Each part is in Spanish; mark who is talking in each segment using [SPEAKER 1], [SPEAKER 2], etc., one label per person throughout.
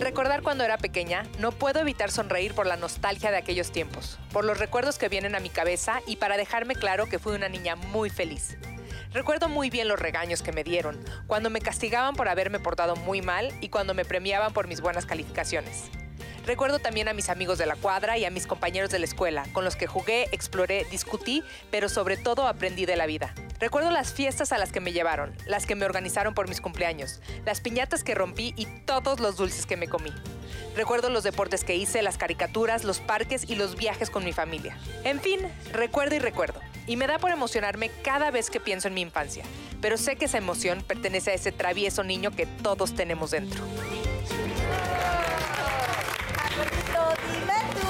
[SPEAKER 1] recordar cuando era pequeña, no puedo evitar sonreír por la nostalgia de aquellos tiempos, por los recuerdos que vienen a mi cabeza y para dejarme claro que fui una niña muy feliz. Recuerdo muy bien los regaños que me dieron, cuando me castigaban por haberme portado muy mal y cuando me premiaban por mis buenas calificaciones. Recuerdo también a mis amigos de la cuadra y a mis compañeros de la escuela, con los que jugué, exploré, discutí, pero sobre todo aprendí de la vida. Recuerdo las fiestas a las que me llevaron, las que me organizaron por mis cumpleaños, las piñatas que rompí y todos los dulces que me comí. Recuerdo los deportes que hice, las caricaturas, los parques y los viajes con mi familia. En fin, recuerdo y recuerdo. Y me da por emocionarme cada vez que pienso en mi infancia. Pero sé que esa emoción pertenece a ese travieso niño que todos tenemos dentro.
[SPEAKER 2] dime tú.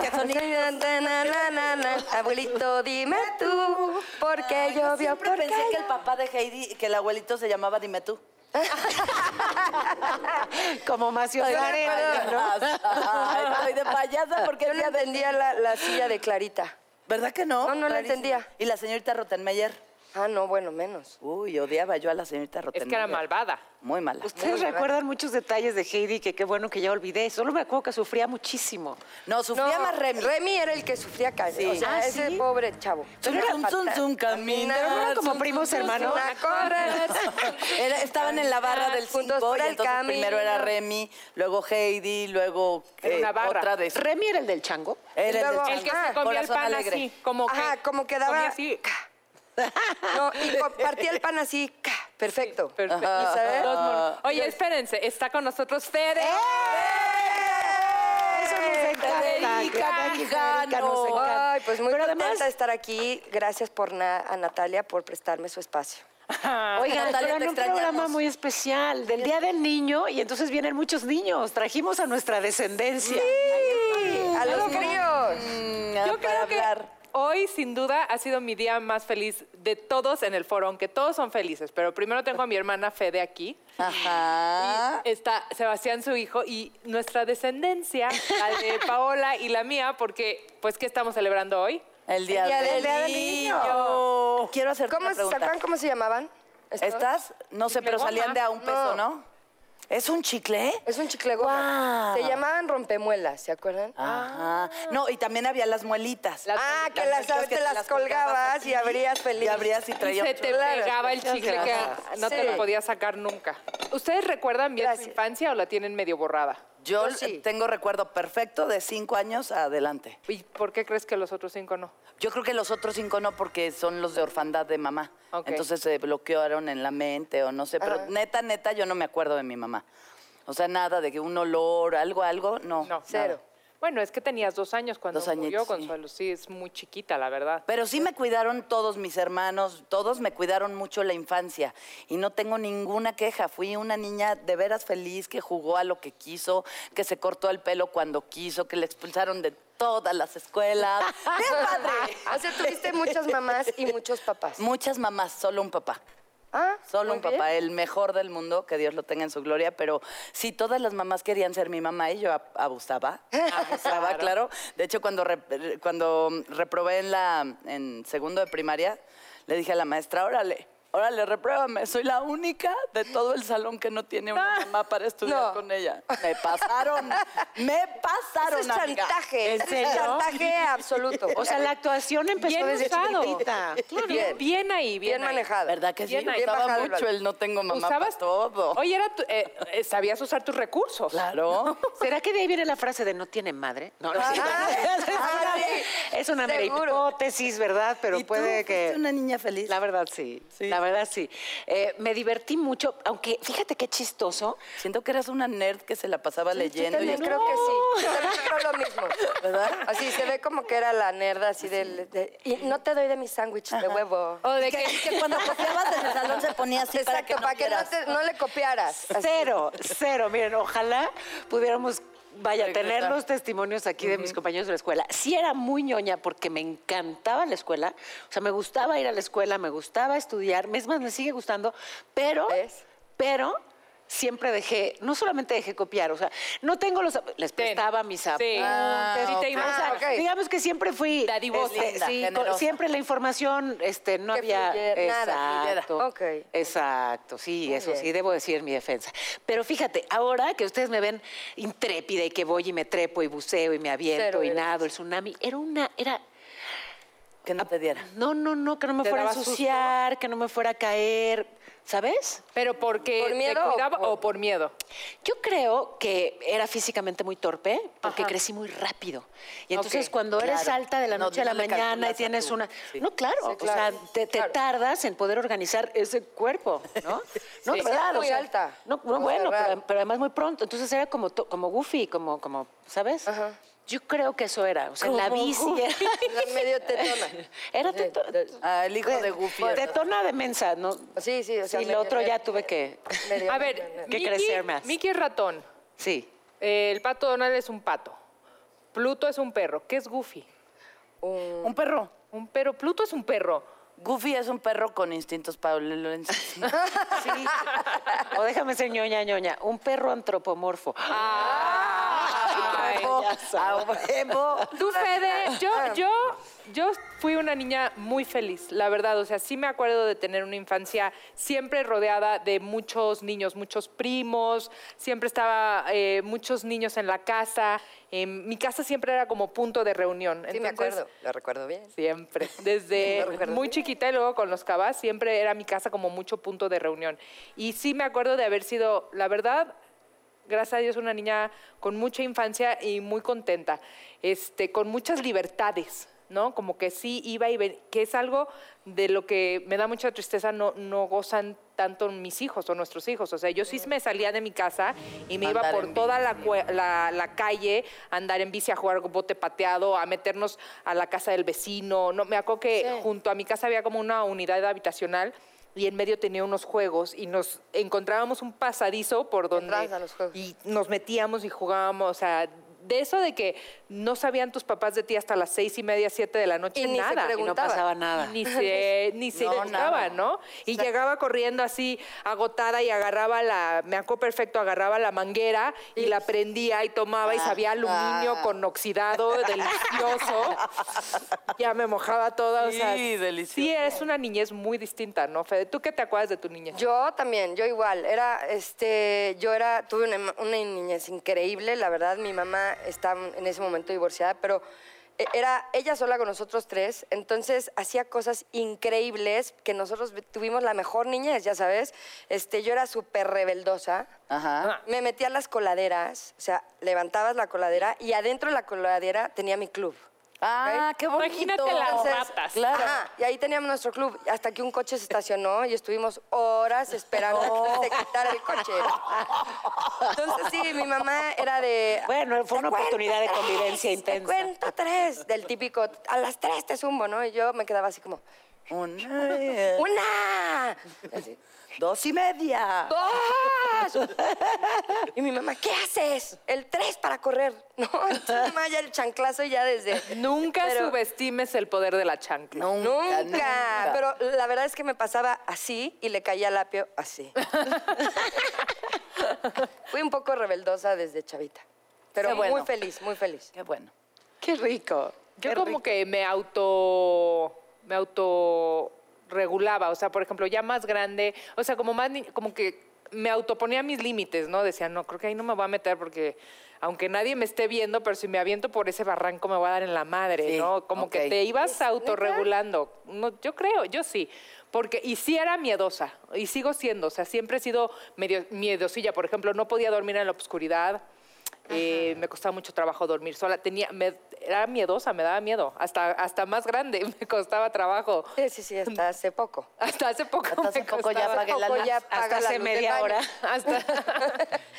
[SPEAKER 2] Que sonido. Na, na, na, na, na. Abuelito, dime tú. Porque yo llovió?
[SPEAKER 3] Siempre
[SPEAKER 2] ¿Por qué
[SPEAKER 3] pensé que el
[SPEAKER 2] llovió?
[SPEAKER 3] papá de Heidi, que el abuelito se llamaba Dime tú.
[SPEAKER 4] Como Macio
[SPEAKER 2] Oigan,
[SPEAKER 4] Zarena,
[SPEAKER 2] ¿no?
[SPEAKER 3] Ay, Estoy de payasa porque
[SPEAKER 2] Yo
[SPEAKER 3] el
[SPEAKER 2] no
[SPEAKER 3] día de-
[SPEAKER 2] entendía la, la silla de Clarita.
[SPEAKER 3] ¿Verdad que no?
[SPEAKER 2] No, no la
[SPEAKER 3] Clarísimo.
[SPEAKER 2] entendía.
[SPEAKER 3] Y la señorita Rottenmeier.
[SPEAKER 2] Ah, no, bueno, menos.
[SPEAKER 3] Uy, odiaba yo a la señorita
[SPEAKER 1] Es
[SPEAKER 3] Rottenmeier.
[SPEAKER 1] que era malvada.
[SPEAKER 3] Muy mala.
[SPEAKER 4] Ustedes recuerdan muchos detalles de Heidi que qué bueno que ya olvidé. Solo me acuerdo que sufría muchísimo.
[SPEAKER 3] No, sufría más Remy.
[SPEAKER 2] Remy era el que sufría cáncer. O sea,
[SPEAKER 4] Ah,
[SPEAKER 2] ese
[SPEAKER 4] ¿sí?
[SPEAKER 2] pobre chavo.
[SPEAKER 3] Zum,
[SPEAKER 2] Era
[SPEAKER 3] zum, zum,
[SPEAKER 2] fatal.
[SPEAKER 3] zum, camina.
[SPEAKER 4] Pero no eran como primos hermanos.
[SPEAKER 2] Una corre.
[SPEAKER 3] Era- estaban en la barra del
[SPEAKER 2] Juntos
[SPEAKER 3] 5
[SPEAKER 2] por
[SPEAKER 3] Ah, pues, y
[SPEAKER 2] el
[SPEAKER 3] entonces
[SPEAKER 2] camino.
[SPEAKER 3] primero era Remy, luego Heidi, luego eh,
[SPEAKER 1] Era una barra.
[SPEAKER 3] otra de...
[SPEAKER 4] Remy era el del chango.
[SPEAKER 2] Y
[SPEAKER 3] Era el,
[SPEAKER 2] luego-
[SPEAKER 3] de
[SPEAKER 2] El Ah, que se
[SPEAKER 3] Chango.
[SPEAKER 2] comía
[SPEAKER 3] Corazón alegre.
[SPEAKER 1] como
[SPEAKER 2] Ajá, como que daba-
[SPEAKER 1] comía así.
[SPEAKER 2] No, y co- partía el pan así. ca, Perfecto.
[SPEAKER 1] Perfecto.
[SPEAKER 2] Y sabe-
[SPEAKER 1] Dos monos. Oye, espérense, está con nosotros Fede.
[SPEAKER 4] Eso nos encanta.
[SPEAKER 3] Federica,
[SPEAKER 4] Gracias, Federica, nos encanta.
[SPEAKER 2] Ay, pues muy
[SPEAKER 4] Pero
[SPEAKER 2] contenta
[SPEAKER 4] además-
[SPEAKER 2] de estar aquí. Gracias por na- a Natalia por prestarme su espacio.
[SPEAKER 4] Oigan, pero
[SPEAKER 3] Natalia, te
[SPEAKER 4] en un
[SPEAKER 3] extrañamos.
[SPEAKER 4] programa muy especial del Día del Niño y entonces vienen muchos niños. Trajimos a nuestra descendencia.
[SPEAKER 2] A los críos.
[SPEAKER 3] Mm,
[SPEAKER 1] Yo creo
[SPEAKER 3] para
[SPEAKER 1] que
[SPEAKER 3] hablar.
[SPEAKER 1] hoy, sin duda, ha sido mi día más feliz de todos en el foro, aunque todos son felices. Pero primero tengo a mi hermana Fede aquí.
[SPEAKER 3] Ajá.
[SPEAKER 1] Está Sebastián, su hijo, y nuestra descendencia, la de Paola y la mía, porque, pues, ¿qué estamos celebrando hoy?
[SPEAKER 3] El día,
[SPEAKER 2] El día del-
[SPEAKER 3] del,
[SPEAKER 2] Día del
[SPEAKER 3] niño.
[SPEAKER 2] niño.
[SPEAKER 3] Quiero hacerte
[SPEAKER 2] ¿Cómo
[SPEAKER 3] una
[SPEAKER 2] se, ¿Se
[SPEAKER 3] pregunta.
[SPEAKER 2] acuerdan cómo se llamaban? ¿Estos?
[SPEAKER 3] ¿Estás? No sé,
[SPEAKER 1] Chicle
[SPEAKER 3] pero
[SPEAKER 1] goma.
[SPEAKER 3] salían de a un
[SPEAKER 2] No.
[SPEAKER 3] peso, ¿no? ¿Es un chicle?
[SPEAKER 2] Es un chicle goma.
[SPEAKER 3] Guau.
[SPEAKER 2] Se llamaban rompemuelas, ¿se acuerdan?
[SPEAKER 3] Ajá. No, y también había Ah. las muelitas.
[SPEAKER 1] Las-
[SPEAKER 2] ah, que las,
[SPEAKER 3] muelitas
[SPEAKER 2] te las, colgabas
[SPEAKER 3] aquí
[SPEAKER 2] y abrías feliz.
[SPEAKER 3] Y abrías y
[SPEAKER 1] Y
[SPEAKER 3] traías.
[SPEAKER 1] se te
[SPEAKER 2] Claro.
[SPEAKER 1] pegaba el chicle que
[SPEAKER 3] Gracias.
[SPEAKER 1] no te
[SPEAKER 2] Sí.
[SPEAKER 1] lo podías sacar nunca. ¿Ustedes recuerdan bien
[SPEAKER 2] Gracias.
[SPEAKER 1] su infancia o la tienen medio borrada?
[SPEAKER 3] Yo
[SPEAKER 2] Yo sí.
[SPEAKER 3] tengo recuerdo perfecto de cinco años adelante.
[SPEAKER 1] ¿Y por qué crees que los otros cinco no?
[SPEAKER 3] Yo creo que los otros cinco no, porque son los de orfandad de mamá.
[SPEAKER 1] Ok.
[SPEAKER 3] Entonces se bloquearon en la mente o no sé. Pero neta, neta, yo no me acuerdo de mi mamá. O sea, nada de que un olor, algo, algo, no.
[SPEAKER 1] No.
[SPEAKER 2] Cero.
[SPEAKER 3] nada.
[SPEAKER 1] Bueno, es que tenías dos años cuando
[SPEAKER 3] Dos
[SPEAKER 1] murió
[SPEAKER 3] añitos, sí.
[SPEAKER 1] Consuelo. Sí, es muy chiquita, la verdad.
[SPEAKER 3] Pero sí me cuidaron todos mis hermanos, todos me cuidaron mucho la infancia y no tengo ninguna queja. Fui una niña de veras feliz que jugó a lo que quiso, que se cortó el pelo cuando quiso, que le expulsaron de todas las escuelas. ¡Bien padre!
[SPEAKER 2] O sea, tuviste muchas mamás y muchos papás.
[SPEAKER 3] Muchas mamás, solo un papá.
[SPEAKER 2] Ah,
[SPEAKER 3] Solo
[SPEAKER 2] muy
[SPEAKER 3] un
[SPEAKER 2] bien.
[SPEAKER 3] papá, el mejor del mundo, que Dios lo tenga en su gloria, pero sí, todas las mamás querían ser mi mamá y yo ab- abusaba, abusaba, claro. De hecho, cuando, re- cuando reprobé en, la, en segundo de primaria, le dije a la maestra, órale, órale, repruébame, soy la única de todo el salón que no tiene una mamá para estudiar
[SPEAKER 2] No.
[SPEAKER 3] con ella. Me pasaron, me pasaron,
[SPEAKER 2] Eso es
[SPEAKER 3] amiga.
[SPEAKER 2] chantaje.
[SPEAKER 4] ¿En
[SPEAKER 2] eso es
[SPEAKER 4] serio?
[SPEAKER 2] chantaje absoluto.
[SPEAKER 4] O sea, la actuación empezó
[SPEAKER 1] Bien
[SPEAKER 4] desde
[SPEAKER 1] usado.
[SPEAKER 3] Ah,
[SPEAKER 4] chiquitita.
[SPEAKER 1] Claro,
[SPEAKER 2] Bien.
[SPEAKER 1] bien. ahí, bien,
[SPEAKER 2] bien
[SPEAKER 1] ahí.
[SPEAKER 2] manejada.
[SPEAKER 3] ¿Verdad que sí?
[SPEAKER 1] Bien ahí.
[SPEAKER 3] Usaba
[SPEAKER 2] Bajado el
[SPEAKER 3] mucho
[SPEAKER 2] balón.
[SPEAKER 3] el no tengo mamá para
[SPEAKER 1] Usabas
[SPEAKER 3] todo.
[SPEAKER 1] Oye, era tu- eh, eh, sabías usar tus recursos.
[SPEAKER 3] Claro.
[SPEAKER 4] ¿Será que de ahí viene la frase de no tiene madre? No, no, sí,
[SPEAKER 2] Ah, ah, sí,
[SPEAKER 4] es una mera
[SPEAKER 2] seguro.
[SPEAKER 4] hipótesis, ¿verdad? Pero
[SPEAKER 3] ¿Y tú
[SPEAKER 4] puede que...
[SPEAKER 3] fuiste una niña feliz?
[SPEAKER 4] La verdad, sí.
[SPEAKER 3] Sí.
[SPEAKER 4] La verdad, sí. Eh, me divertí mucho, aunque fíjate qué chistoso.
[SPEAKER 3] Siento que eras una nerd que se la pasaba
[SPEAKER 2] Yo
[SPEAKER 3] leyendo y
[SPEAKER 2] también creo que sí. Yo también creo lo mismo. ¿Verdad? Así se ve como que era la nerda así del... de- y no te doy de mi sándwich de huevo.
[SPEAKER 1] O de que,
[SPEAKER 3] que cuando copiabas en el salón se ponía así para que
[SPEAKER 2] Exacto,
[SPEAKER 3] no,
[SPEAKER 2] para que no,
[SPEAKER 3] vieras.
[SPEAKER 2] te- no le copiaras. Así.
[SPEAKER 4] Cero, cero. Miren, ojalá pudiéramos, vaya,
[SPEAKER 3] Regresar.
[SPEAKER 4] tener los testimonios aquí de mis compañeros de la escuela. Sí era muy ñoña porque me encantaba la escuela. O sea, me gustaba ir a la escuela, me gustaba estudiar. Es más, me sigue gustando, pero...
[SPEAKER 2] ¿Ves?
[SPEAKER 4] Pero... siempre dejé, no solamente dejé copiar, o sea, no tengo los... zap- Les
[SPEAKER 1] Ten.
[SPEAKER 4] prestaba mis zapatos.
[SPEAKER 1] Sí. Sí, te iba-
[SPEAKER 4] o sea,
[SPEAKER 1] Ah, ok.
[SPEAKER 4] Digamos que siempre fui...
[SPEAKER 1] Dadivosa.
[SPEAKER 4] este,
[SPEAKER 3] Linda,
[SPEAKER 4] sí,
[SPEAKER 3] generosa.
[SPEAKER 4] con- siempre la información este, no
[SPEAKER 2] Que
[SPEAKER 4] había...
[SPEAKER 2] fluyera, nada, fluyera.
[SPEAKER 4] exacto,
[SPEAKER 2] Ok.
[SPEAKER 4] exacto, sí, eso
[SPEAKER 2] bien.
[SPEAKER 4] sí, debo decir en mi defensa. Pero fíjate, ahora que ustedes me ven intrépida y que voy y me trepo y buceo y me aviento
[SPEAKER 2] Cero
[SPEAKER 4] y
[SPEAKER 2] eres.
[SPEAKER 4] nado, el tsunami, era una... era
[SPEAKER 3] Que no te diera.
[SPEAKER 4] no, no, no, que no me
[SPEAKER 1] ¿Te
[SPEAKER 4] fuera a
[SPEAKER 1] daba susto?
[SPEAKER 4] ensuciar, que no me fuera a caer, ¿sabes?
[SPEAKER 1] Pero porque
[SPEAKER 2] ¿Por
[SPEAKER 1] te
[SPEAKER 2] miedo o
[SPEAKER 1] cuidaba
[SPEAKER 2] por-
[SPEAKER 1] o por miedo.
[SPEAKER 4] Yo creo que era físicamente muy torpe porque
[SPEAKER 1] Ajá.
[SPEAKER 4] crecí muy rápido. Y entonces
[SPEAKER 1] Ok,
[SPEAKER 4] cuando eres
[SPEAKER 3] claro.
[SPEAKER 4] alta de la
[SPEAKER 3] No,
[SPEAKER 4] noche a la
[SPEAKER 3] no le
[SPEAKER 4] mañana
[SPEAKER 3] calculas
[SPEAKER 4] y
[SPEAKER 3] a
[SPEAKER 4] tienes
[SPEAKER 3] tu-
[SPEAKER 4] una...
[SPEAKER 3] sí.
[SPEAKER 4] No, claro,
[SPEAKER 1] Sí, claro,
[SPEAKER 4] o sea, te, te
[SPEAKER 1] claro.
[SPEAKER 4] tardas en poder organizar ese cuerpo, ¿no? No,
[SPEAKER 1] Sí,
[SPEAKER 4] ¿verdad?
[SPEAKER 2] muy alta,
[SPEAKER 4] No, no,
[SPEAKER 2] muy
[SPEAKER 4] bueno,
[SPEAKER 2] cerrada.
[SPEAKER 4] pero, pero además muy pronto. Entonces era como, to- como goofy, como, como ¿sabes? Yo creo que eso era. O sea, en la
[SPEAKER 2] Como
[SPEAKER 4] bici...
[SPEAKER 2] goofy.
[SPEAKER 4] era-
[SPEAKER 2] Medio tetona.
[SPEAKER 4] Era teto- pues,
[SPEAKER 3] Ah, el hijo de Goofy.
[SPEAKER 4] Tetona de mensa, ¿no?
[SPEAKER 2] Sí, sí, o sea,
[SPEAKER 4] y lo
[SPEAKER 2] medio-
[SPEAKER 4] otro ya tuve que...
[SPEAKER 2] Medio-
[SPEAKER 1] A ver,
[SPEAKER 4] Que
[SPEAKER 1] Mickey-
[SPEAKER 4] crecer más.
[SPEAKER 1] Mickey es ratón.
[SPEAKER 4] Sí.
[SPEAKER 1] Eh, el pato Donald es un pato. Pluto es un perro. ¿Qué es Goofy?
[SPEAKER 3] Un perro.
[SPEAKER 1] Un perro. Pluto es un perro.
[SPEAKER 3] Goofy es un perro con instintos paulinos.
[SPEAKER 1] Ah.
[SPEAKER 4] Sí. O déjame ser ñoña, ñoña. Un perro antropomorfo.
[SPEAKER 3] Ah.
[SPEAKER 1] Ay.
[SPEAKER 4] ya sabes.
[SPEAKER 1] Tú, Fede, yo,
[SPEAKER 2] Ah.
[SPEAKER 1] yo, yo fui una niña muy feliz, la verdad. O sea, sí me acuerdo de tener una infancia siempre rodeada de muchos niños, muchos primos, siempre estaba eh, muchos niños en la casa. Eh, mi casa siempre era como punto de reunión.
[SPEAKER 2] Sí, me
[SPEAKER 1] Entonces,
[SPEAKER 2] acuerdo. Lo recuerdo bien.
[SPEAKER 1] Siempre. Desde
[SPEAKER 2] Lo recuerdo
[SPEAKER 1] muy
[SPEAKER 2] bien.
[SPEAKER 1] chiquita y luego con los cabas, siempre era mi casa como mucho punto de reunión. Y sí me acuerdo de haber sido, la verdad, gracias a Dios, una niña con mucha infancia y muy contenta, este, con muchas libertades. ¿no? Como que sí iba y ven- que es algo de lo que me da mucha tristeza, no, no gozan tanto mis hijos o nuestros hijos. O sea, yo sí me salía de mi casa y me iba
[SPEAKER 3] Andar
[SPEAKER 1] por
[SPEAKER 3] en
[SPEAKER 1] toda la, cue- la- la calle a andar en bici, a jugar bote pateado, a meternos a la casa del vecino. No, me acuerdo que junto a mi casa había como una unidad habitacional y en medio tenía unos juegos y nos encontrábamos un pasadizo por donde
[SPEAKER 2] Entrabas a los juegos.
[SPEAKER 1] y nos metíamos y jugábamos, o sea, de eso de que no sabían tus papás de ti hasta las seis y media, siete de la noche,
[SPEAKER 2] Y ni se
[SPEAKER 1] nada.
[SPEAKER 4] Y no
[SPEAKER 2] preguntaba.
[SPEAKER 4] pasaba nada.
[SPEAKER 1] Ni se, ni se
[SPEAKER 3] No,
[SPEAKER 1] buscaba,
[SPEAKER 3] nada.
[SPEAKER 1] ¿no? Y llegaba corriendo así, agotada, y agarraba la, me acuerdo perfecto, agarraba la manguera y Ah, la prendía y tomaba y sabía aluminio con oxidado, delicioso. ya me mojaba toda, o sea.
[SPEAKER 3] Sí, delicioso.
[SPEAKER 1] Sí, es una niñez muy distinta, ¿no, Fede? ¿Tú qué te acuerdas de tu niñez?
[SPEAKER 2] Yo también, yo igual. Era, este, yo era, tuve una, ma- una niñez increíble, la verdad. Mi mamá está en ese momento divorciada, pero e- era ella sola con nosotros tres. Entonces hacía cosas increíbles que nosotros ve- tuvimos la mejor niñez, ya sabes. Este, yo era súper rebeldosa.
[SPEAKER 1] Ah.
[SPEAKER 3] Ajá.
[SPEAKER 2] Me metía a las coladeras, o sea, levantabas la coladera y adentro de la coladera tenía mi club.
[SPEAKER 3] Ah, qué bonito.
[SPEAKER 1] Imagínate las ratas.
[SPEAKER 3] Claro.
[SPEAKER 2] Ajá, y ahí teníamos nuestro club, hasta que un coche se estacionó y estuvimos horas esperando que
[SPEAKER 4] Oh.
[SPEAKER 2] se quitara el coche. Entonces, sí, mi mamá era de...
[SPEAKER 4] Bueno, fue
[SPEAKER 2] "Te
[SPEAKER 4] una oportunidad de
[SPEAKER 2] cuento
[SPEAKER 4] convivencia
[SPEAKER 2] tres, te
[SPEAKER 4] intensa".
[SPEAKER 2] cuento tres, del típico, a las tres te zumbo, ¿no? Y yo me quedaba así como,
[SPEAKER 3] Una, eh,
[SPEAKER 2] ¡una!
[SPEAKER 3] dos y media.
[SPEAKER 2] ¡Dos! Y mi mamá, ¿qué haces? El tres para correr, ¿no? Entonces, mi mamá ya el chanclazo ya desde...
[SPEAKER 1] Nunca
[SPEAKER 2] Pero-
[SPEAKER 1] subestimes el poder de la chancla.
[SPEAKER 2] Nunca, Pero la verdad es que me pasaba así y le caía el apio así. Fui un poco rebeldosa desde chavita. Pero
[SPEAKER 3] Qué bueno.
[SPEAKER 2] muy feliz, muy feliz.
[SPEAKER 3] Qué bueno.
[SPEAKER 4] Qué rico.
[SPEAKER 1] Yo como que me auto. me auto regulaba. O sea, por ejemplo, ya más grande. O sea, como más ni- como que me autoponía mis límites, ¿no? Decía, no, creo que ahí no me voy a meter porque. Aunque nadie me esté viendo, pero si me aviento por ese barranco me voy a dar en la madre,
[SPEAKER 3] Sí,
[SPEAKER 1] ¿no? Como
[SPEAKER 3] ok.
[SPEAKER 1] que te ibas autorregulando. No, yo creo, yo sí. Porque, y sí era miedosa, y sigo siendo, o sea, siempre he sido medio miedosilla. Por ejemplo, no podía dormir en la oscuridad. Eh, me costaba mucho trabajo dormir sola. Tenía, me- era miedosa, me daba miedo. Hasta, hasta más grande me costaba trabajo.
[SPEAKER 2] Sí, sí, sí, hasta hace poco.
[SPEAKER 1] Hasta hace poco.
[SPEAKER 3] Hasta hace
[SPEAKER 1] me
[SPEAKER 3] poco ya
[SPEAKER 1] costaba.
[SPEAKER 3] apagué la
[SPEAKER 2] Poco
[SPEAKER 3] luz.
[SPEAKER 2] ya
[SPEAKER 4] Hasta
[SPEAKER 2] apaga la
[SPEAKER 4] hace
[SPEAKER 2] luz del
[SPEAKER 4] media
[SPEAKER 2] baño.
[SPEAKER 4] hora.
[SPEAKER 1] Hasta-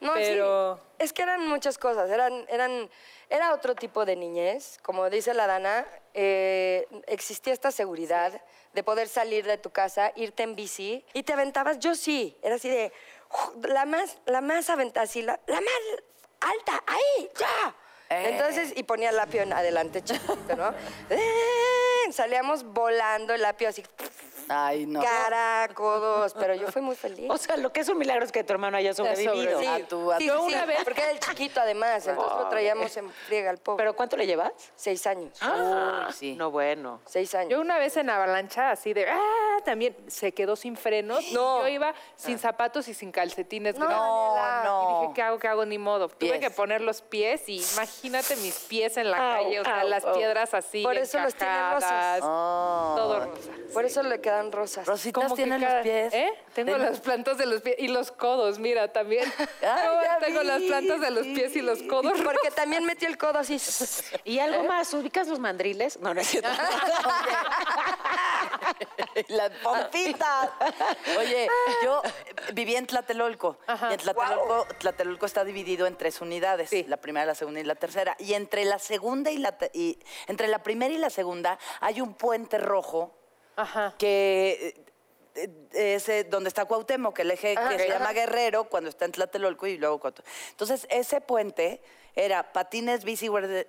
[SPEAKER 2] No,
[SPEAKER 1] Pero-
[SPEAKER 2] sí. Es que eran muchas cosas. Eran, eran, era otro tipo de niñez. Como dice la Dana, eh, existía esta seguridad de poder salir de tu casa, irte en bici y te aventabas. Yo sí, era así de "Ju- la más, la más aventada, así, la, la más alta, ahí, ya.
[SPEAKER 3] Eh.
[SPEAKER 2] Entonces, y ponía el lapio en adelante chiquito, ¿no? Eh, Salíamos volando el lapio así
[SPEAKER 3] Ay, no.
[SPEAKER 2] cara, codos, pero yo fui muy feliz.
[SPEAKER 4] O sea, lo que es un milagro es que tu hermano haya sobrevivido.
[SPEAKER 3] Sí.
[SPEAKER 1] Ah,
[SPEAKER 3] a tu- a
[SPEAKER 2] sí,
[SPEAKER 3] tu-
[SPEAKER 2] sí,
[SPEAKER 1] una
[SPEAKER 2] sí,
[SPEAKER 1] vez-
[SPEAKER 2] Porque era el chiquito además, entonces lo traíamos en friega al pobre.
[SPEAKER 4] ¿Pero cuánto le llevas?
[SPEAKER 2] Seis años.
[SPEAKER 4] Ah,
[SPEAKER 3] Uh, sí.
[SPEAKER 4] No, bueno.
[SPEAKER 2] Seis
[SPEAKER 1] Yo
[SPEAKER 2] años.
[SPEAKER 1] una vez en avalancha, así de, ah, también se quedó sin frenos.
[SPEAKER 2] No.
[SPEAKER 1] Yo iba sin zapatos y sin calcetines.
[SPEAKER 2] No,
[SPEAKER 1] grandes.
[SPEAKER 3] no.
[SPEAKER 1] Y dije, ¿qué hago? ¿Qué hago? Ni modo. Tuve
[SPEAKER 3] Pies.
[SPEAKER 1] que poner los pies y imagínate mis pies en la
[SPEAKER 4] Au,
[SPEAKER 1] calle, o sea,
[SPEAKER 4] au,
[SPEAKER 1] las
[SPEAKER 4] au.
[SPEAKER 1] piedras así.
[SPEAKER 2] Por eso los Ah. tiene
[SPEAKER 1] encajadas,
[SPEAKER 3] Oh.
[SPEAKER 1] Todo rosa.
[SPEAKER 2] Por eso le quedan rosas.
[SPEAKER 3] Rositas
[SPEAKER 1] Como que
[SPEAKER 3] tienen
[SPEAKER 1] cada-
[SPEAKER 3] los pies.
[SPEAKER 1] ¿Eh? Tengo
[SPEAKER 3] Ten-
[SPEAKER 1] las plantas de los pies y los codos, mira, también.
[SPEAKER 3] Ay,
[SPEAKER 1] No,
[SPEAKER 3] ya
[SPEAKER 1] tengo
[SPEAKER 3] vi,
[SPEAKER 1] las plantas de los pies y los codos.
[SPEAKER 2] Porque también metió el codo así.
[SPEAKER 4] ¿Y algo más? ¿Ubicas los mandriles? No, no es cierto.
[SPEAKER 3] Las pompitas. Oye, Eh, yo viví en Tlatelolco. Y en Tlatelolco, Tlatelolco está dividido en tres unidades. La primera, la segunda y la tercera. Y entre la segunda y la te- y- entre la primera y la segunda hay un puente rojo
[SPEAKER 1] Ajá.
[SPEAKER 3] que eh, eh, es eh, donde está Cuauhtémoc, el eje que se llama Guerrero, cuando está en Tlatelolco y luego Cuauhtémoc. Entonces, ese puente era patines, bici, guarde-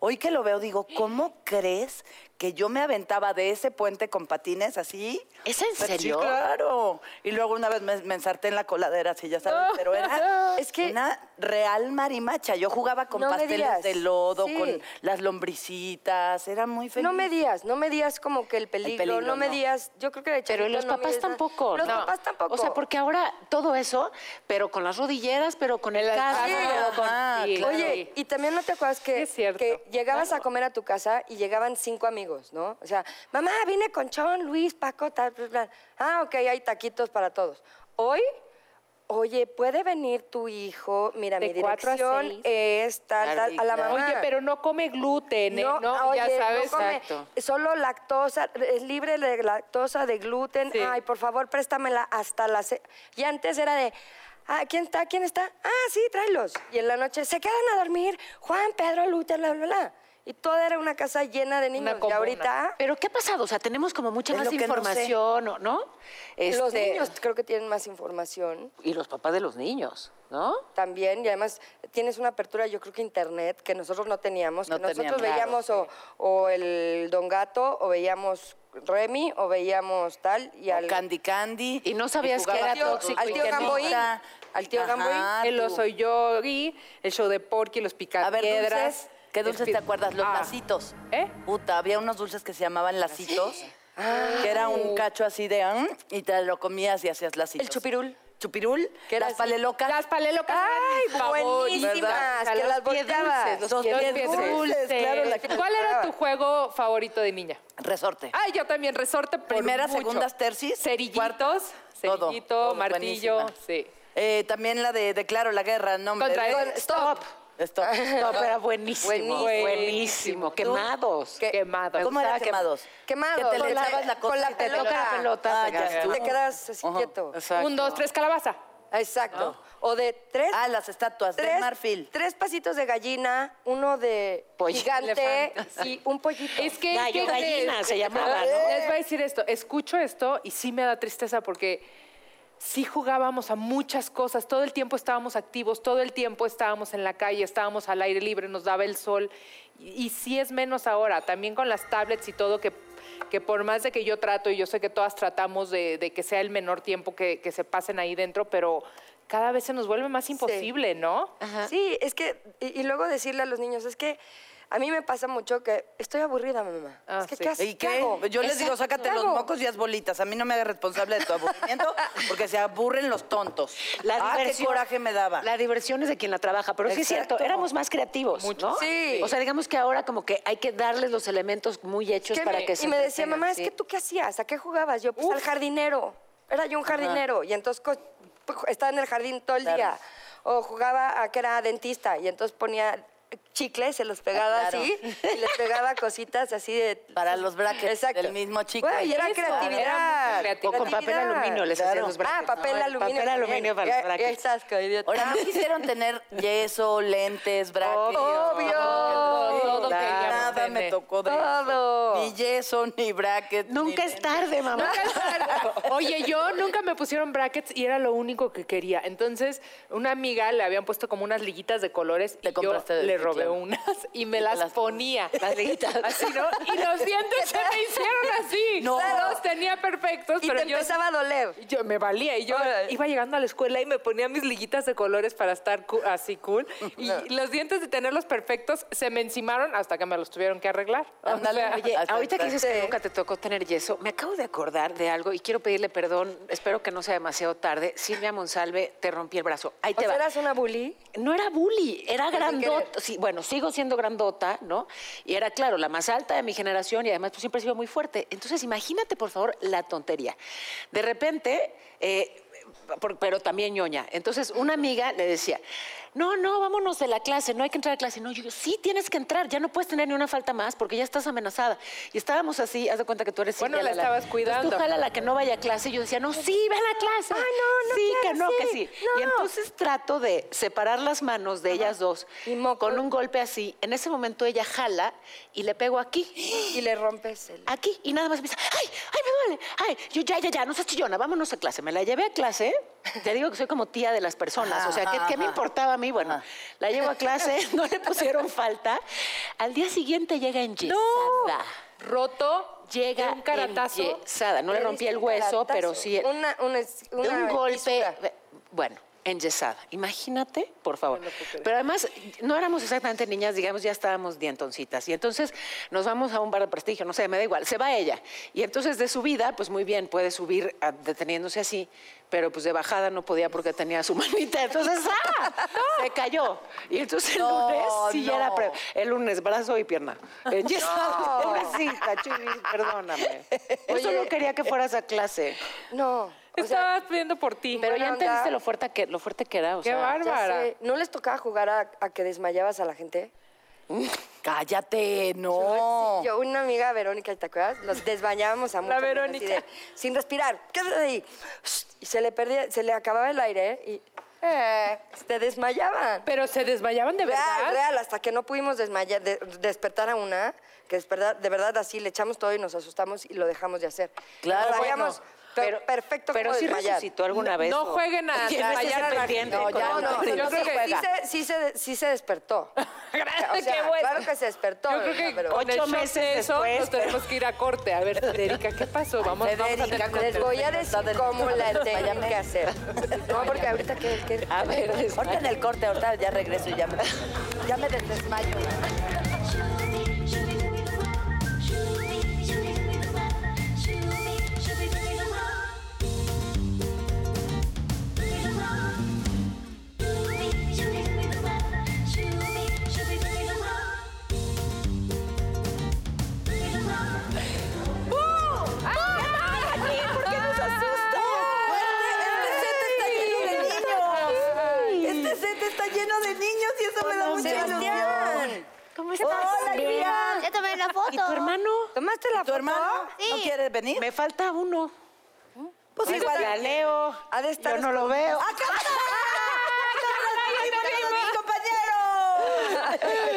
[SPEAKER 3] Hoy que lo veo, digo, ¿cómo crees que yo me aventaba de ese puente con patines así?
[SPEAKER 4] ¿Es en
[SPEAKER 3] Pero sí,
[SPEAKER 4] serio?
[SPEAKER 3] claro. Y luego una vez me, me ensarté en la coladera, así ya sabes, pero era
[SPEAKER 2] Es que-
[SPEAKER 3] una real marimacha. Yo jugaba con
[SPEAKER 2] No me
[SPEAKER 3] pasteles
[SPEAKER 2] digas.
[SPEAKER 3] de lodo,
[SPEAKER 2] Sí.
[SPEAKER 3] con las lombricitas, era muy feliz.
[SPEAKER 2] No me días, no me días como que el peligro,
[SPEAKER 3] peligro,
[SPEAKER 2] no me
[SPEAKER 3] no.
[SPEAKER 2] días. Yo creo que de
[SPEAKER 4] Pero
[SPEAKER 2] chiquito
[SPEAKER 4] los
[SPEAKER 2] no
[SPEAKER 4] papás
[SPEAKER 2] mides nada.
[SPEAKER 4] tampoco.
[SPEAKER 2] Los
[SPEAKER 4] ¿no?
[SPEAKER 2] papás tampoco.
[SPEAKER 4] O sea, porque ahora todo eso, pero con las rodilleras, pero con el
[SPEAKER 1] El
[SPEAKER 2] Ah,
[SPEAKER 4] casco,
[SPEAKER 1] alcance,
[SPEAKER 4] pero con-
[SPEAKER 3] ajá,
[SPEAKER 1] sí,
[SPEAKER 3] claro.
[SPEAKER 2] Oye, y también no te acuerdas que,
[SPEAKER 1] Ah, Es cierto,
[SPEAKER 2] que llegabas a comer a tu casa y llegaban cinco amigos, ¿no? O sea, mamá, vine con Chon, Luis, Paco, tal, tal, tal. Ah, ok, hay taquitos para todos. Hoy, oye, ¿puede venir tu hijo? Mira,
[SPEAKER 1] De
[SPEAKER 2] mi
[SPEAKER 1] cuatro a
[SPEAKER 2] dirección
[SPEAKER 1] seis.
[SPEAKER 2] es tal,
[SPEAKER 3] Claro,
[SPEAKER 2] tal, a la
[SPEAKER 3] claro.
[SPEAKER 2] mamá.
[SPEAKER 1] Oye, pero no come gluten, ¿eh? No, ya
[SPEAKER 2] oye, no
[SPEAKER 1] sabes.
[SPEAKER 2] come
[SPEAKER 1] Exacto.
[SPEAKER 2] Solo lactosa, es libre de lactosa, de gluten.
[SPEAKER 1] Sí.
[SPEAKER 2] Ay, por favor, préstamela hasta la... ce- Y antes era de, ah, ¿quién está? ¿Quién está? Ah, sí, tráelos. Y en la noche, se quedan a dormir, Juan, Pedro, Lute, bla, bla, bla. Y toda era una casa llena de niños. Y
[SPEAKER 1] comuna.
[SPEAKER 2] ahorita
[SPEAKER 4] Pero ¿qué ha pasado? O sea, tenemos como mucha
[SPEAKER 3] Es
[SPEAKER 4] más
[SPEAKER 3] lo que no sé.
[SPEAKER 4] información, ¿no? ¿no?
[SPEAKER 2] los
[SPEAKER 4] Este,
[SPEAKER 2] niños creo que tienen más información
[SPEAKER 4] Y los papás de los niños, ¿no?
[SPEAKER 2] también. Y además tienes una apertura, yo creo que internet, que nosotros no teníamos.
[SPEAKER 3] No
[SPEAKER 2] que nosotros
[SPEAKER 3] teníamos,
[SPEAKER 2] veíamos o, o el Don Gato, o veíamos Remy, o veíamos tal. Y
[SPEAKER 3] O
[SPEAKER 2] al...
[SPEAKER 3] Candy Candy.
[SPEAKER 4] Y no sabías que
[SPEAKER 3] jugaba
[SPEAKER 4] era
[SPEAKER 3] con-
[SPEAKER 4] tóxico
[SPEAKER 2] al
[SPEAKER 4] y
[SPEAKER 2] tío
[SPEAKER 4] que no.
[SPEAKER 2] Gamboín.
[SPEAKER 3] Ajá,
[SPEAKER 2] Al tío Gamboín.
[SPEAKER 1] El
[SPEAKER 3] tú.
[SPEAKER 1] oso yogi, el show de Porky, los
[SPEAKER 3] A ver,
[SPEAKER 1] picapiedras.
[SPEAKER 3] dulces. ¿Qué dulces
[SPEAKER 1] Espi-
[SPEAKER 3] te acuerdas? Los
[SPEAKER 1] Ah.
[SPEAKER 3] lacitos.
[SPEAKER 1] ¿Eh?
[SPEAKER 3] Puta, había unos dulces que se llamaban lacitos. Que era un cacho así de... "Mm", Y te lo comías y hacías lacitos.
[SPEAKER 2] El chupirul.
[SPEAKER 3] Chupirul.
[SPEAKER 2] Que era
[SPEAKER 3] las
[SPEAKER 2] así.
[SPEAKER 3] palelocas.
[SPEAKER 1] Las palelocas.
[SPEAKER 2] ¡Ay,
[SPEAKER 1] eran mis
[SPEAKER 2] buenísimas!
[SPEAKER 1] favoritas.
[SPEAKER 2] Que
[SPEAKER 1] Los
[SPEAKER 2] las
[SPEAKER 1] pies
[SPEAKER 2] volteabas.
[SPEAKER 1] dulces,
[SPEAKER 3] Los
[SPEAKER 1] pies
[SPEAKER 3] pies dulces, claro, la que
[SPEAKER 1] ¿Cuál era tu juego favorito de niña?
[SPEAKER 3] Resorte.
[SPEAKER 1] Ay, yo también, resorte por
[SPEAKER 3] Primeras,
[SPEAKER 1] mucho.
[SPEAKER 3] segundas, tercis,
[SPEAKER 1] Cerillitos,
[SPEAKER 3] cuartas, todo,
[SPEAKER 1] cerillito,
[SPEAKER 3] todo,
[SPEAKER 1] martillo,
[SPEAKER 3] buenísima.
[SPEAKER 1] sí.
[SPEAKER 3] Eh, también la de Declaro la guerra, no hombre.
[SPEAKER 1] Contra
[SPEAKER 3] Con-
[SPEAKER 1] el stop.
[SPEAKER 3] Stop.
[SPEAKER 4] No, pero era buenísimo. Buenísimo.
[SPEAKER 1] Buenísimo.
[SPEAKER 4] Quemados.
[SPEAKER 1] ¿Qué? Quemados.
[SPEAKER 3] ¿Cómo
[SPEAKER 1] Me gustaba
[SPEAKER 3] era
[SPEAKER 1] que-
[SPEAKER 3] quemados?
[SPEAKER 2] Quemados.
[SPEAKER 3] Que te le
[SPEAKER 2] Con la-
[SPEAKER 3] echabas la
[SPEAKER 2] con
[SPEAKER 3] cosa y
[SPEAKER 2] la
[SPEAKER 3] te toca
[SPEAKER 2] pelota.
[SPEAKER 4] pelota,
[SPEAKER 3] Ah,
[SPEAKER 4] te
[SPEAKER 3] ya
[SPEAKER 4] ganas.
[SPEAKER 3] estuvo.
[SPEAKER 2] Te quedas así
[SPEAKER 3] Ajá,
[SPEAKER 2] quieto.
[SPEAKER 3] exacto.
[SPEAKER 1] Un, dos, tres, calabaza.
[SPEAKER 2] Exacto. O de tres.
[SPEAKER 3] Ah, las estatuas de
[SPEAKER 2] Tres,
[SPEAKER 3] marfil.
[SPEAKER 2] tres pasitos de gallina, uno de
[SPEAKER 4] Pollo.
[SPEAKER 2] gigante
[SPEAKER 1] Elefante.
[SPEAKER 2] y un pollito.
[SPEAKER 1] Es que...
[SPEAKER 4] Gallo,
[SPEAKER 1] fíjate,
[SPEAKER 4] gallina, se llamaba, ¿no?
[SPEAKER 1] Les voy a decir esto. Escucho esto y sí me da tristeza porque sí jugábamos a muchas cosas. Todo el tiempo estábamos activos, todo el tiempo estábamos en la calle, estábamos al aire libre, nos daba el sol. Y, y sí es menos ahora. También con las tablets y todo que que por más de que yo trato, y yo sé que todas tratamos de, de que sea el menor tiempo que, que se pasen ahí dentro, pero cada vez se nos vuelve más imposible, ¿no?
[SPEAKER 2] Sí, es que, y, y luego decirle a los niños, es que a mí me pasa mucho que estoy aburrida, mamá.
[SPEAKER 1] Ah,
[SPEAKER 2] es que,
[SPEAKER 1] sí.
[SPEAKER 2] ¿qué haces?
[SPEAKER 3] ¿Y qué?
[SPEAKER 2] hago?
[SPEAKER 3] Yo les digo,
[SPEAKER 2] Exacto,
[SPEAKER 3] sácate
[SPEAKER 2] ¿qué
[SPEAKER 3] los
[SPEAKER 2] hago?
[SPEAKER 3] mocos y haz bolitas. A mí no me hagas responsable de tu aburrimiento porque se aburren los tontos. ah, qué coraje me daba.
[SPEAKER 4] La diversión es de quien la trabaja, pero sí es cierto,
[SPEAKER 3] Exacto.
[SPEAKER 4] éramos más creativos, ¿no?
[SPEAKER 2] Sí.
[SPEAKER 4] O sea, digamos que ahora como que hay que darles los elementos muy hechos
[SPEAKER 2] ¿Qué
[SPEAKER 4] para
[SPEAKER 2] me-
[SPEAKER 4] que
[SPEAKER 2] y
[SPEAKER 4] se
[SPEAKER 2] me decía,
[SPEAKER 4] entretengan,
[SPEAKER 2] mamá,
[SPEAKER 4] sí.
[SPEAKER 2] es que tú qué hacías, ¿a qué jugabas? Yo, pues al jardinero. Era yo un jardinero. Y entonces co- pu- estaba en el jardín todo el
[SPEAKER 3] Claro.
[SPEAKER 2] día. O jugaba a que era dentista. Y entonces ponía chicles, se los pegaba
[SPEAKER 3] Ah, claro.
[SPEAKER 2] así. Y les pegaba cositas así de.
[SPEAKER 3] Para los brackets
[SPEAKER 2] Exacto.
[SPEAKER 3] del mismo chicle.
[SPEAKER 2] Güey, y era
[SPEAKER 1] Eso,
[SPEAKER 2] creatividad.
[SPEAKER 1] era mucha
[SPEAKER 4] O con papel
[SPEAKER 2] creatividad.
[SPEAKER 4] aluminio les hacían
[SPEAKER 3] Claro.
[SPEAKER 4] los brackets.
[SPEAKER 2] Ah, papel
[SPEAKER 4] ¿no? El
[SPEAKER 2] aluminio.
[SPEAKER 4] Papel
[SPEAKER 2] también.
[SPEAKER 4] aluminio para
[SPEAKER 2] Ya-
[SPEAKER 4] los
[SPEAKER 2] Ya
[SPEAKER 4] brackets.
[SPEAKER 2] estás, coidiota.
[SPEAKER 3] Ahora, ¿no quisieron tener yeso, lentes, brackets?
[SPEAKER 2] Obvio.
[SPEAKER 1] Todo, todo queríamos
[SPEAKER 3] Nada
[SPEAKER 1] tener.
[SPEAKER 3] me tocó de
[SPEAKER 2] Todo.
[SPEAKER 3] eso. Ni yeso, ni brackets.
[SPEAKER 4] Nunca
[SPEAKER 3] ni
[SPEAKER 4] es tarde, mamá.
[SPEAKER 1] Nunca es- Oye, yo nunca me pusieron brackets y era lo único que quería. Entonces, una amiga le habían puesto como unas liguitas de colores
[SPEAKER 3] Te
[SPEAKER 1] y yo
[SPEAKER 3] compraste de-
[SPEAKER 1] le robé
[SPEAKER 3] claro.
[SPEAKER 1] unas y me
[SPEAKER 3] te
[SPEAKER 1] las,
[SPEAKER 3] las-
[SPEAKER 1] ponía.
[SPEAKER 4] Las liguitas.
[SPEAKER 1] Así, ¿no? Y los dientes se me hicieron así.
[SPEAKER 3] No.
[SPEAKER 1] Claro, te tenía perfectos,
[SPEAKER 2] Y
[SPEAKER 1] pero
[SPEAKER 2] te
[SPEAKER 1] yo,
[SPEAKER 2] empezaba a doler.
[SPEAKER 1] y yo me valía. Y yo iba llegando a la escuela y me ponía mis liguitas de colores para estar cu- así cool. Y los dientes de tenerlos perfectos se me encimaron hasta que me los tuvieron que arreglar. O
[SPEAKER 3] Ándale,
[SPEAKER 1] sea,
[SPEAKER 4] Oye,
[SPEAKER 3] Hasta
[SPEAKER 4] ahorita que dices que
[SPEAKER 2] entonces.
[SPEAKER 4] nunca te tocó tener yeso, me acabo de acordar de algo y quiero pedirle perdón, espero que no sea demasiado tarde. Silvia Monsalve, te rompí el brazo. Ahí
[SPEAKER 2] ¿O
[SPEAKER 4] te
[SPEAKER 2] sea,
[SPEAKER 4] va.
[SPEAKER 2] eras una bully?
[SPEAKER 4] No era bully, era
[SPEAKER 2] sin querer.
[SPEAKER 4] grandota. Sí, bueno, sigo siendo grandota, ¿no? Y era, claro, la más alta de mi generación y además pues, siempre he sido muy fuerte. Entonces, imagínate, por favor, la tontería. De repente, eh, por- pero también ñoña. Entonces, una amiga le decía, no, no, vámonos de la clase, no hay que entrar a clase. No, yo, digo, sí, tienes que entrar, ya no puedes tener ni una falta más porque ya estás amenazada. Y estábamos así, haz de cuenta que tú eres...
[SPEAKER 1] Bueno,
[SPEAKER 4] Cintia
[SPEAKER 1] la estabas
[SPEAKER 4] Entonces, tú
[SPEAKER 1] cuidando.
[SPEAKER 4] jala la que no vaya a clase. Y yo decía, no, sí, ve a la clase.
[SPEAKER 2] Ay, no, no
[SPEAKER 4] Sí,
[SPEAKER 2] quiero,
[SPEAKER 4] que no, que
[SPEAKER 2] sí,
[SPEAKER 4] sí.
[SPEAKER 2] no.
[SPEAKER 4] Y entonces trato de separar las manos de ellas dos
[SPEAKER 2] Y moco.
[SPEAKER 4] con un golpe así. En ese momento ella jala y le pego aquí,
[SPEAKER 2] Y le rompes el...
[SPEAKER 4] aquí. Y nada más empieza, ay, ay, me duele. Ay, yo ya, ya, ya, no seas chillona, vámonos a clase. Me la llevé a clase. Te digo que soy como tía de las personas. O sea, ¿qué, qué me importaba a mí? Bueno, la llevo a clase, no le pusieron falta. Al día siguiente llega enyesada.
[SPEAKER 1] roto,
[SPEAKER 4] Llega
[SPEAKER 1] de un caratazo.
[SPEAKER 4] enyesada. No le rompí
[SPEAKER 2] diste
[SPEAKER 4] el
[SPEAKER 2] un
[SPEAKER 4] hueso,
[SPEAKER 2] caratazo.
[SPEAKER 4] pero sí
[SPEAKER 2] Una, una,
[SPEAKER 4] de
[SPEAKER 2] una
[SPEAKER 4] un golpe,
[SPEAKER 2] fisura.
[SPEAKER 4] ve- bueno, enyesada. Imagínate, por favor. Pero además, no éramos exactamente niñas, digamos, ya estábamos dientoncitas. Y entonces nos vamos a un bar de prestigio, no sé, me da igual, se va ella. Y entonces de subida, pues muy bien, puede subir a- deteniéndose así, pero pues de bajada no podía porque tenía su manita. Entonces, ¡ah! Se cayó. Y entonces el
[SPEAKER 3] No,
[SPEAKER 4] lunes sí ya era
[SPEAKER 3] no.
[SPEAKER 4] pre- El lunes, brazo y pierna. Enyesada. Pobrecita, Chuy, perdóname. Yo solo quería que fueras a clase.
[SPEAKER 2] No. o sea,
[SPEAKER 1] Estabas pidiendo por ti.
[SPEAKER 4] Pero
[SPEAKER 2] Buena
[SPEAKER 4] ya
[SPEAKER 2] onda.
[SPEAKER 4] entendiste lo fuerte que, lo fuerte que era. O
[SPEAKER 1] Qué
[SPEAKER 4] sea,
[SPEAKER 2] ya
[SPEAKER 1] bárbara.
[SPEAKER 2] sé. ¿No les tocaba jugar a, a que desmayabas a la gente?
[SPEAKER 3] Cállate, no.
[SPEAKER 2] Yo, una amiga, Verónica, ¿te acuerdas? Los desbañábamos a mucha gente, así
[SPEAKER 1] Verónica.
[SPEAKER 2] de, sin respirar. ¿Qué haces ahí? Y se le perdía, se le acababa el aire y eh, te desmayaban.
[SPEAKER 1] Pero se desmayaban de
[SPEAKER 2] Real,
[SPEAKER 1] verdad.
[SPEAKER 2] real, hasta que no pudimos desmayar, de- despertar a una, que despertar- de verdad así le echamos todo y nos asustamos y lo dejamos de hacer.
[SPEAKER 3] Claro,
[SPEAKER 2] Nos
[SPEAKER 3] bueno,
[SPEAKER 2] sabíamos per- perfecto
[SPEAKER 4] Pero
[SPEAKER 2] cómo
[SPEAKER 4] sí
[SPEAKER 2] desmayar.
[SPEAKER 4] resucitó alguna vez.
[SPEAKER 1] No
[SPEAKER 4] o-
[SPEAKER 1] jueguen a
[SPEAKER 4] Tienes ese
[SPEAKER 1] desmayar a la
[SPEAKER 4] pendiente
[SPEAKER 1] gente.
[SPEAKER 4] con
[SPEAKER 3] ya
[SPEAKER 4] la
[SPEAKER 2] No, no,
[SPEAKER 4] gente.
[SPEAKER 1] Yo
[SPEAKER 2] no,
[SPEAKER 1] creo
[SPEAKER 2] sí,
[SPEAKER 1] que-
[SPEAKER 2] sí se, sí se- sí se despertó.
[SPEAKER 1] Grande,
[SPEAKER 2] O sea,
[SPEAKER 1] qué bueno.
[SPEAKER 2] Claro que se despertó.
[SPEAKER 1] Yo creo que
[SPEAKER 2] ¿verdad? Pero-
[SPEAKER 1] con el
[SPEAKER 4] Ocho
[SPEAKER 1] shock de eso
[SPEAKER 4] meses después,
[SPEAKER 1] nos
[SPEAKER 4] pero-
[SPEAKER 1] tenemos que ir a corte. A ver, Federica, ¿qué pasó? Vamos, vamos a
[SPEAKER 2] Federica,
[SPEAKER 1] tener que-
[SPEAKER 2] les voy a decir cómo la tenían que hacer. No, porque ahorita que... que-
[SPEAKER 4] A ver, desmaya.
[SPEAKER 3] Ahorita en el corte, ahorita ya regreso y ya me, ya me
[SPEAKER 2] Este
[SPEAKER 3] desmayo.
[SPEAKER 2] Este set está lleno de niños y eso me da mucha ilusión.
[SPEAKER 5] ¿Cómo estás?
[SPEAKER 2] Hola, Julia.
[SPEAKER 5] Ya tomé la foto.
[SPEAKER 4] ¿Y tu hermano?
[SPEAKER 2] ¿Tomaste la
[SPEAKER 3] ¿Tu
[SPEAKER 2] foto?
[SPEAKER 3] hermano
[SPEAKER 5] Sí.
[SPEAKER 3] no quiere venir?
[SPEAKER 4] Me falta uno.
[SPEAKER 2] Pues
[SPEAKER 4] Pues
[SPEAKER 2] igual.
[SPEAKER 4] la leo.
[SPEAKER 2] Ha de estar
[SPEAKER 4] Yo no lo veo.
[SPEAKER 3] Ah,
[SPEAKER 2] ¡Acá está! ¡Ah!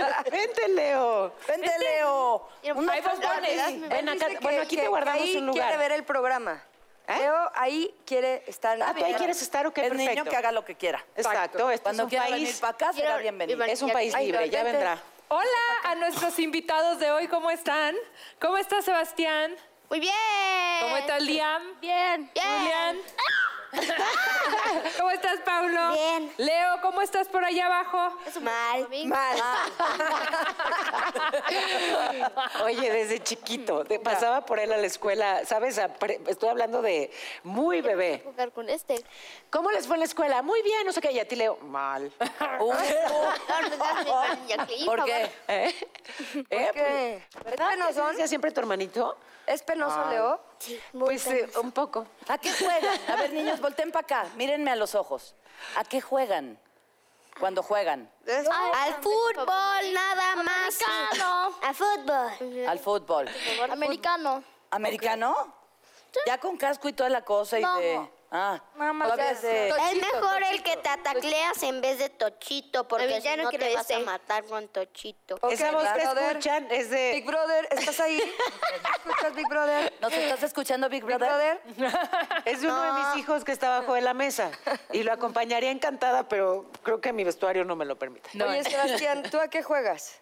[SPEAKER 2] ¡Acá
[SPEAKER 4] Vente, Leo.
[SPEAKER 3] Vente, Leo.
[SPEAKER 5] Una
[SPEAKER 4] Hay bombones. Ven acá. Bueno, aquí te guardamos un
[SPEAKER 2] quiere
[SPEAKER 4] lugar. ¿Eh?
[SPEAKER 2] ver el programa. Leo, ahí quiere estar.
[SPEAKER 4] Ah, ¿tú ahí quieres estar o qué?
[SPEAKER 3] El niño
[SPEAKER 4] Perfecto.
[SPEAKER 3] que haga lo que quiera.
[SPEAKER 4] Exacto. Este
[SPEAKER 3] Cuando
[SPEAKER 4] es un
[SPEAKER 3] quiera venir
[SPEAKER 4] país,
[SPEAKER 3] para acá, será
[SPEAKER 5] Quiero-
[SPEAKER 3] bienvenido.
[SPEAKER 5] Iván-
[SPEAKER 4] es un país
[SPEAKER 2] Ay,
[SPEAKER 4] libre. Ya
[SPEAKER 2] vente.
[SPEAKER 4] vendrá.
[SPEAKER 1] Hola a nuestros invitados de hoy. ¿Cómo están? ¿Cómo está Sebastián?
[SPEAKER 5] Muy bien.
[SPEAKER 1] ¿Cómo estás, Liam?
[SPEAKER 5] Bien. Bien.
[SPEAKER 1] Julián. ¿Cómo estás, Pablo?
[SPEAKER 5] Bien.
[SPEAKER 1] Leo, ¿cómo estás por allá abajo?
[SPEAKER 5] Mal.
[SPEAKER 2] Mal.
[SPEAKER 5] Ah.
[SPEAKER 4] Oye, desde chiquito. Te pasaba por él a la escuela. ¿Sabes? A pre- Estoy hablando de muy bebé.
[SPEAKER 5] Jugar con este.
[SPEAKER 4] ¿Cómo les fue en la escuela? Muy bien, no sé qué. Y a ti, Leo, mal.
[SPEAKER 5] No, no, no, no, niña, aquí,
[SPEAKER 3] ¿Por qué?
[SPEAKER 5] favor.
[SPEAKER 4] ¿Eh? ¿Eh?
[SPEAKER 2] ¿Qué? ¿Es penoso?
[SPEAKER 4] ¿Decía siempre tu hermanito?
[SPEAKER 2] ¿Es penoso, Leo?
[SPEAKER 5] Sí, muy
[SPEAKER 4] Pues eh,
[SPEAKER 5] bien.
[SPEAKER 4] un poco.
[SPEAKER 3] ¿A qué juegan? A ver, niños, volteen para acá. Mírenme a los ojos. ¿A qué juegan? Cuando juegan.
[SPEAKER 5] Al fútbol, nada más. Americano. Al fútbol.
[SPEAKER 3] Al fútbol.
[SPEAKER 5] Americano.
[SPEAKER 3] ¿Americano? Ya con casco y toda la cosa y
[SPEAKER 5] No.
[SPEAKER 3] de. Ah, todavía
[SPEAKER 2] o sea,
[SPEAKER 3] de-
[SPEAKER 2] Tochito,
[SPEAKER 6] Es mejor el que te atacleas en vez de Tochito, porque
[SPEAKER 5] Ay, ya
[SPEAKER 6] si
[SPEAKER 5] no
[SPEAKER 6] no te
[SPEAKER 5] quiero
[SPEAKER 6] vas a
[SPEAKER 5] ese.
[SPEAKER 6] matar con Tochito.
[SPEAKER 2] Ok,
[SPEAKER 4] Esa voz que
[SPEAKER 2] Big Brother.
[SPEAKER 4] escuchan es
[SPEAKER 2] Big
[SPEAKER 4] de...
[SPEAKER 2] Brother, ¿estás ahí? ¿Escuchas Big Brother?
[SPEAKER 3] ¿Nos estás escuchando, Big
[SPEAKER 2] Big
[SPEAKER 3] Brother?
[SPEAKER 2] Brother. Ah,
[SPEAKER 4] Es de uno de mis hijos que está abajo de la mesa. Y lo acompañaría encantada, pero creo que mi vestuario no me lo permite.
[SPEAKER 2] Oye, Sebastián, ¿tú a qué juegas?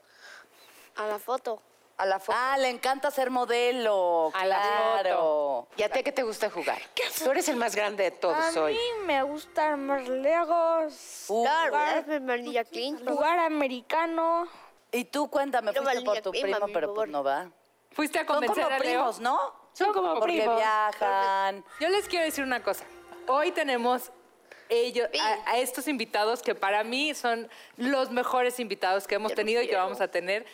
[SPEAKER 5] A la foto.
[SPEAKER 2] a la foto.
[SPEAKER 3] Ah, le encanta ser modelo.
[SPEAKER 4] A la
[SPEAKER 3] claro.
[SPEAKER 4] ¿Y a ti a qué te gusta jugar? Tú eres el más grande de
[SPEAKER 7] A
[SPEAKER 4] todos hoy.
[SPEAKER 7] mí me gusta armar legos,
[SPEAKER 3] Uh,
[SPEAKER 6] ¿verdad?
[SPEAKER 7] jugar,
[SPEAKER 6] Mi manilla clean.
[SPEAKER 7] jugar americano.
[SPEAKER 3] Y tú cuéntame,
[SPEAKER 6] No,
[SPEAKER 3] fuiste por
[SPEAKER 6] Valeria,
[SPEAKER 3] tu
[SPEAKER 6] prima,
[SPEAKER 3] primo,
[SPEAKER 6] mi
[SPEAKER 3] pero
[SPEAKER 6] favor.
[SPEAKER 3] pues no va.
[SPEAKER 1] Fuiste a
[SPEAKER 3] Son
[SPEAKER 1] convencer
[SPEAKER 3] como
[SPEAKER 1] a Leo.
[SPEAKER 3] primos, ¿no?
[SPEAKER 1] Son como
[SPEAKER 3] Porque
[SPEAKER 1] primos.
[SPEAKER 3] viajan.
[SPEAKER 1] Yo les quiero decir una cosa. Hoy tenemos ellos, a, a estos invitados que para mí son los mejores invitados que hemos tenido y que vamos a tener.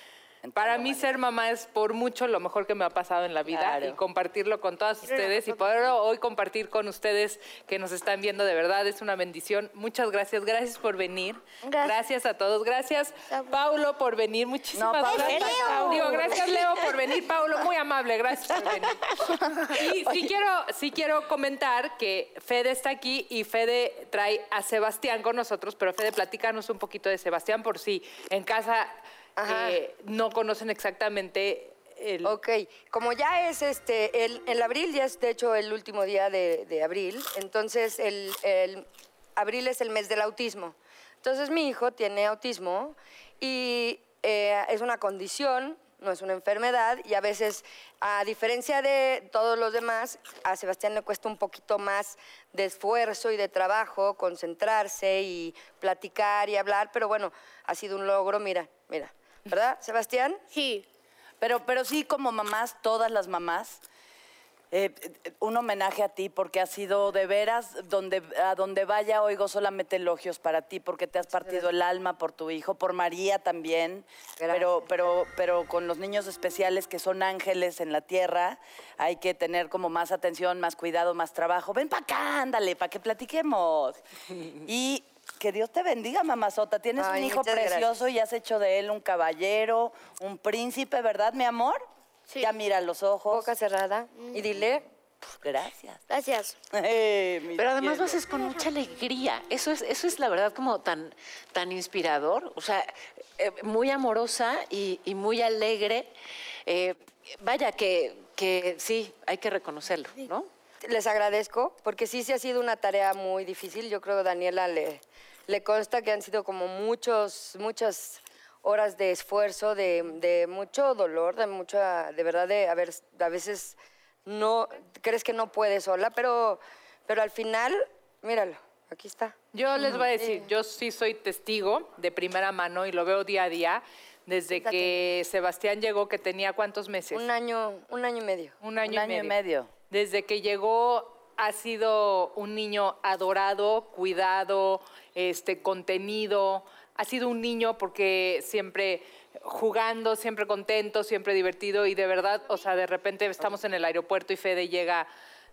[SPEAKER 1] Para mí ser mamá es por mucho lo mejor que me ha pasado en la vida
[SPEAKER 3] Claro.
[SPEAKER 1] y compartirlo con todas ustedes y poder hoy compartir con ustedes que nos están viendo de verdad es una bendición. Muchas gracias, gracias por venir. Gracias,
[SPEAKER 7] Gracias.
[SPEAKER 1] a todos, gracias Paulo por venir, muchísimas
[SPEAKER 3] No, Paulo,
[SPEAKER 1] gracias.
[SPEAKER 3] Leo.
[SPEAKER 1] Digo, gracias Leo por venir, Paulo, muy amable, gracias por venir. Y sí quiero, sí quiero comentar que Fede está aquí y Fede trae a Sebastián con nosotros, pero Fede, platícanos un poquito de Sebastián por si en casa
[SPEAKER 2] Ajá.
[SPEAKER 1] eh, no conocen exactamente el...
[SPEAKER 2] Ok, como ya es este, el, el abril ya es de hecho el último día de, de abril, entonces el, el abril es el mes del autismo. Entonces mi hijo tiene autismo y eh, es una condición, no es una enfermedad y a veces, a diferencia de todos los demás, a Sebastián le cuesta un poquito más de esfuerzo y de trabajo concentrarse y platicar y hablar, pero bueno, ha sido un logro, mira, mira, ¿verdad, Sebastián?
[SPEAKER 6] Sí.
[SPEAKER 3] Pero, pero sí, como mamás, todas las mamás, eh, eh, un homenaje a ti porque has sido de veras, donde, a donde vaya oigo solamente elogios para ti porque te has partido el alma por tu hijo, por María también, pero, pero, pero con los niños especiales que son ángeles en la tierra hay que tener como más atención, más cuidado, más trabajo. Ven para acá, ándale, para que platiquemos. Y que Dios te bendiga, mamazota. Tienes
[SPEAKER 2] Ay,
[SPEAKER 3] un hijo
[SPEAKER 2] muchas gracias.
[SPEAKER 3] precioso esposo y has hecho de él un caballero, un príncipe, ¿verdad, mi amor?
[SPEAKER 6] Sí.
[SPEAKER 3] Ya mira los ojos.
[SPEAKER 2] boca cerrada y dile,
[SPEAKER 3] Gracias.
[SPEAKER 6] Gracias.
[SPEAKER 3] Eh, mi
[SPEAKER 4] Pero además lo
[SPEAKER 3] cielo.
[SPEAKER 4] haces con mucha alegría. Eso es, eso es la verdad como tan, tan inspirador. O sea, eh, muy amorosa y, y muy alegre. Eh, vaya que, que sí, hay que reconocerlo, ¿no?
[SPEAKER 2] les agradezco, porque sí, sí ha sido una tarea muy difícil. Yo creo que Daniela le, le consta que han sido como muchos, muchas horas de esfuerzo, de, de mucho dolor, de mucha, de verdad, de haber, a veces no, crees que no puedes sola, pero, pero al final, míralo, aquí está.
[SPEAKER 1] Yo les voy a decir, yo sí soy testigo de primera mano y lo veo día a día desde que Sebastián llegó, que tenía cuántos meses.
[SPEAKER 2] Un año, un año y medio.
[SPEAKER 1] Un año,
[SPEAKER 3] Un año y medio.
[SPEAKER 1] Desde que llegó ha sido un niño adorado, cuidado, este, contenido. Ha sido un niño porque siempre jugando, siempre contento, siempre divertido y de verdad, o sea, de repente estamos en el aeropuerto y Fede llega,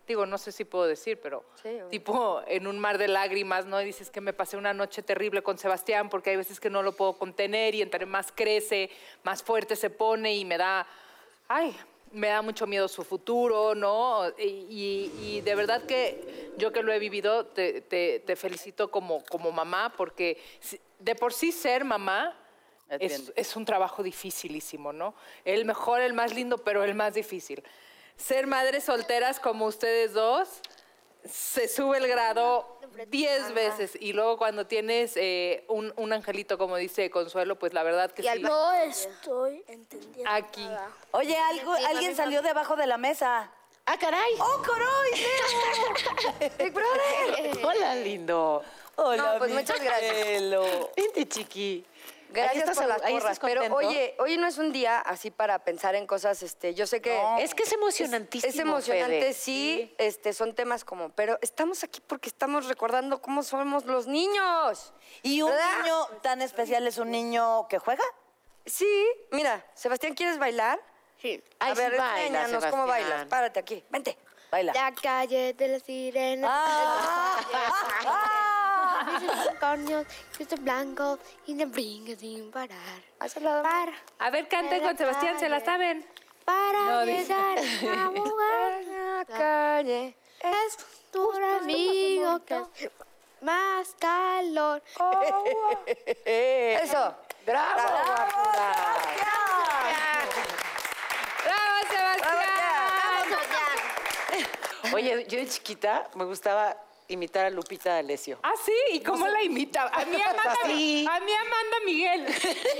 [SPEAKER 1] digo, no sé si puedo decir, pero
[SPEAKER 2] Sí, obvio.
[SPEAKER 1] tipo en un mar de lágrimas, ¿no? Y dices que me pasé una noche terrible con Sebastián porque hay veces que no lo puedo contener y entre más crece, más fuerte se pone y me da ay, me da mucho miedo su futuro, ¿no? Y, y- y de verdad que yo que lo he vivido, te, te- te felicito como, como mamá, porque si- de por sí ser mamá es,
[SPEAKER 3] Entiendo.
[SPEAKER 1] es un trabajo dificilísimo, ¿no? El mejor, el más lindo, pero el más difícil. Ser madres solteras como ustedes dos, se sube el grado 10 veces. Y luego cuando tienes eh, un, un angelito, como dice Consuelo, pues la verdad que sí.
[SPEAKER 6] No es.
[SPEAKER 7] Estoy entendiendo.
[SPEAKER 1] Aquí.
[SPEAKER 3] Oye, algo, alguien salió debajo de la mesa.
[SPEAKER 4] ¡Ah, caray!
[SPEAKER 3] ¡Oh, Coroy!
[SPEAKER 4] Hola, lindo.
[SPEAKER 3] Hola,
[SPEAKER 2] No, pues
[SPEAKER 3] mi
[SPEAKER 2] muchas gracias.
[SPEAKER 3] cielo.
[SPEAKER 4] Vente, chiqui. Ahí
[SPEAKER 2] Gracias
[SPEAKER 4] estás
[SPEAKER 2] por
[SPEAKER 4] a-
[SPEAKER 2] las
[SPEAKER 4] ahí
[SPEAKER 2] porras,
[SPEAKER 4] estás
[SPEAKER 2] pero
[SPEAKER 4] contento.
[SPEAKER 2] oye, hoy no es un día así para pensar en cosas, este, yo sé que...
[SPEAKER 3] No.
[SPEAKER 4] Es que es emocionantísimo.
[SPEAKER 2] Es emocionante,
[SPEAKER 4] Fede.
[SPEAKER 2] sí, Este, son temas como, pero estamos aquí porque estamos recordando cómo somos los niños. Ah.
[SPEAKER 3] Y un
[SPEAKER 2] ¿Verdad?
[SPEAKER 3] niño tan especial es un niño que juega.
[SPEAKER 2] Sí, mira, Sebastián, ¿quieres bailar?
[SPEAKER 6] Sí.
[SPEAKER 4] Ay,
[SPEAKER 2] A ver,
[SPEAKER 4] sí baila,
[SPEAKER 2] enséñanos cómo
[SPEAKER 4] Sebastián.
[SPEAKER 2] bailas. Párate aquí, vente.
[SPEAKER 3] Baila.
[SPEAKER 5] La calle de las sirenas.
[SPEAKER 3] Ah, ah, ah.
[SPEAKER 5] Unicornios, Cristo blanco y te brinca sin parar. Para,
[SPEAKER 1] A ver, canten con Sebastián, se la saben.
[SPEAKER 5] para
[SPEAKER 1] No, dice.
[SPEAKER 5] llegar a jugar.
[SPEAKER 2] Calle.
[SPEAKER 5] Es tu amigo que más calor.
[SPEAKER 2] Oh, Eso.
[SPEAKER 1] ¡Bravo, Sebastián!
[SPEAKER 4] Oye, yo de chiquita me gustaba imitar a Lupita D'Alessio.
[SPEAKER 1] Ah, sí, ¿y cómo la imita? A mí Amanda,
[SPEAKER 4] Sí.
[SPEAKER 1] a mí Amanda Miguel.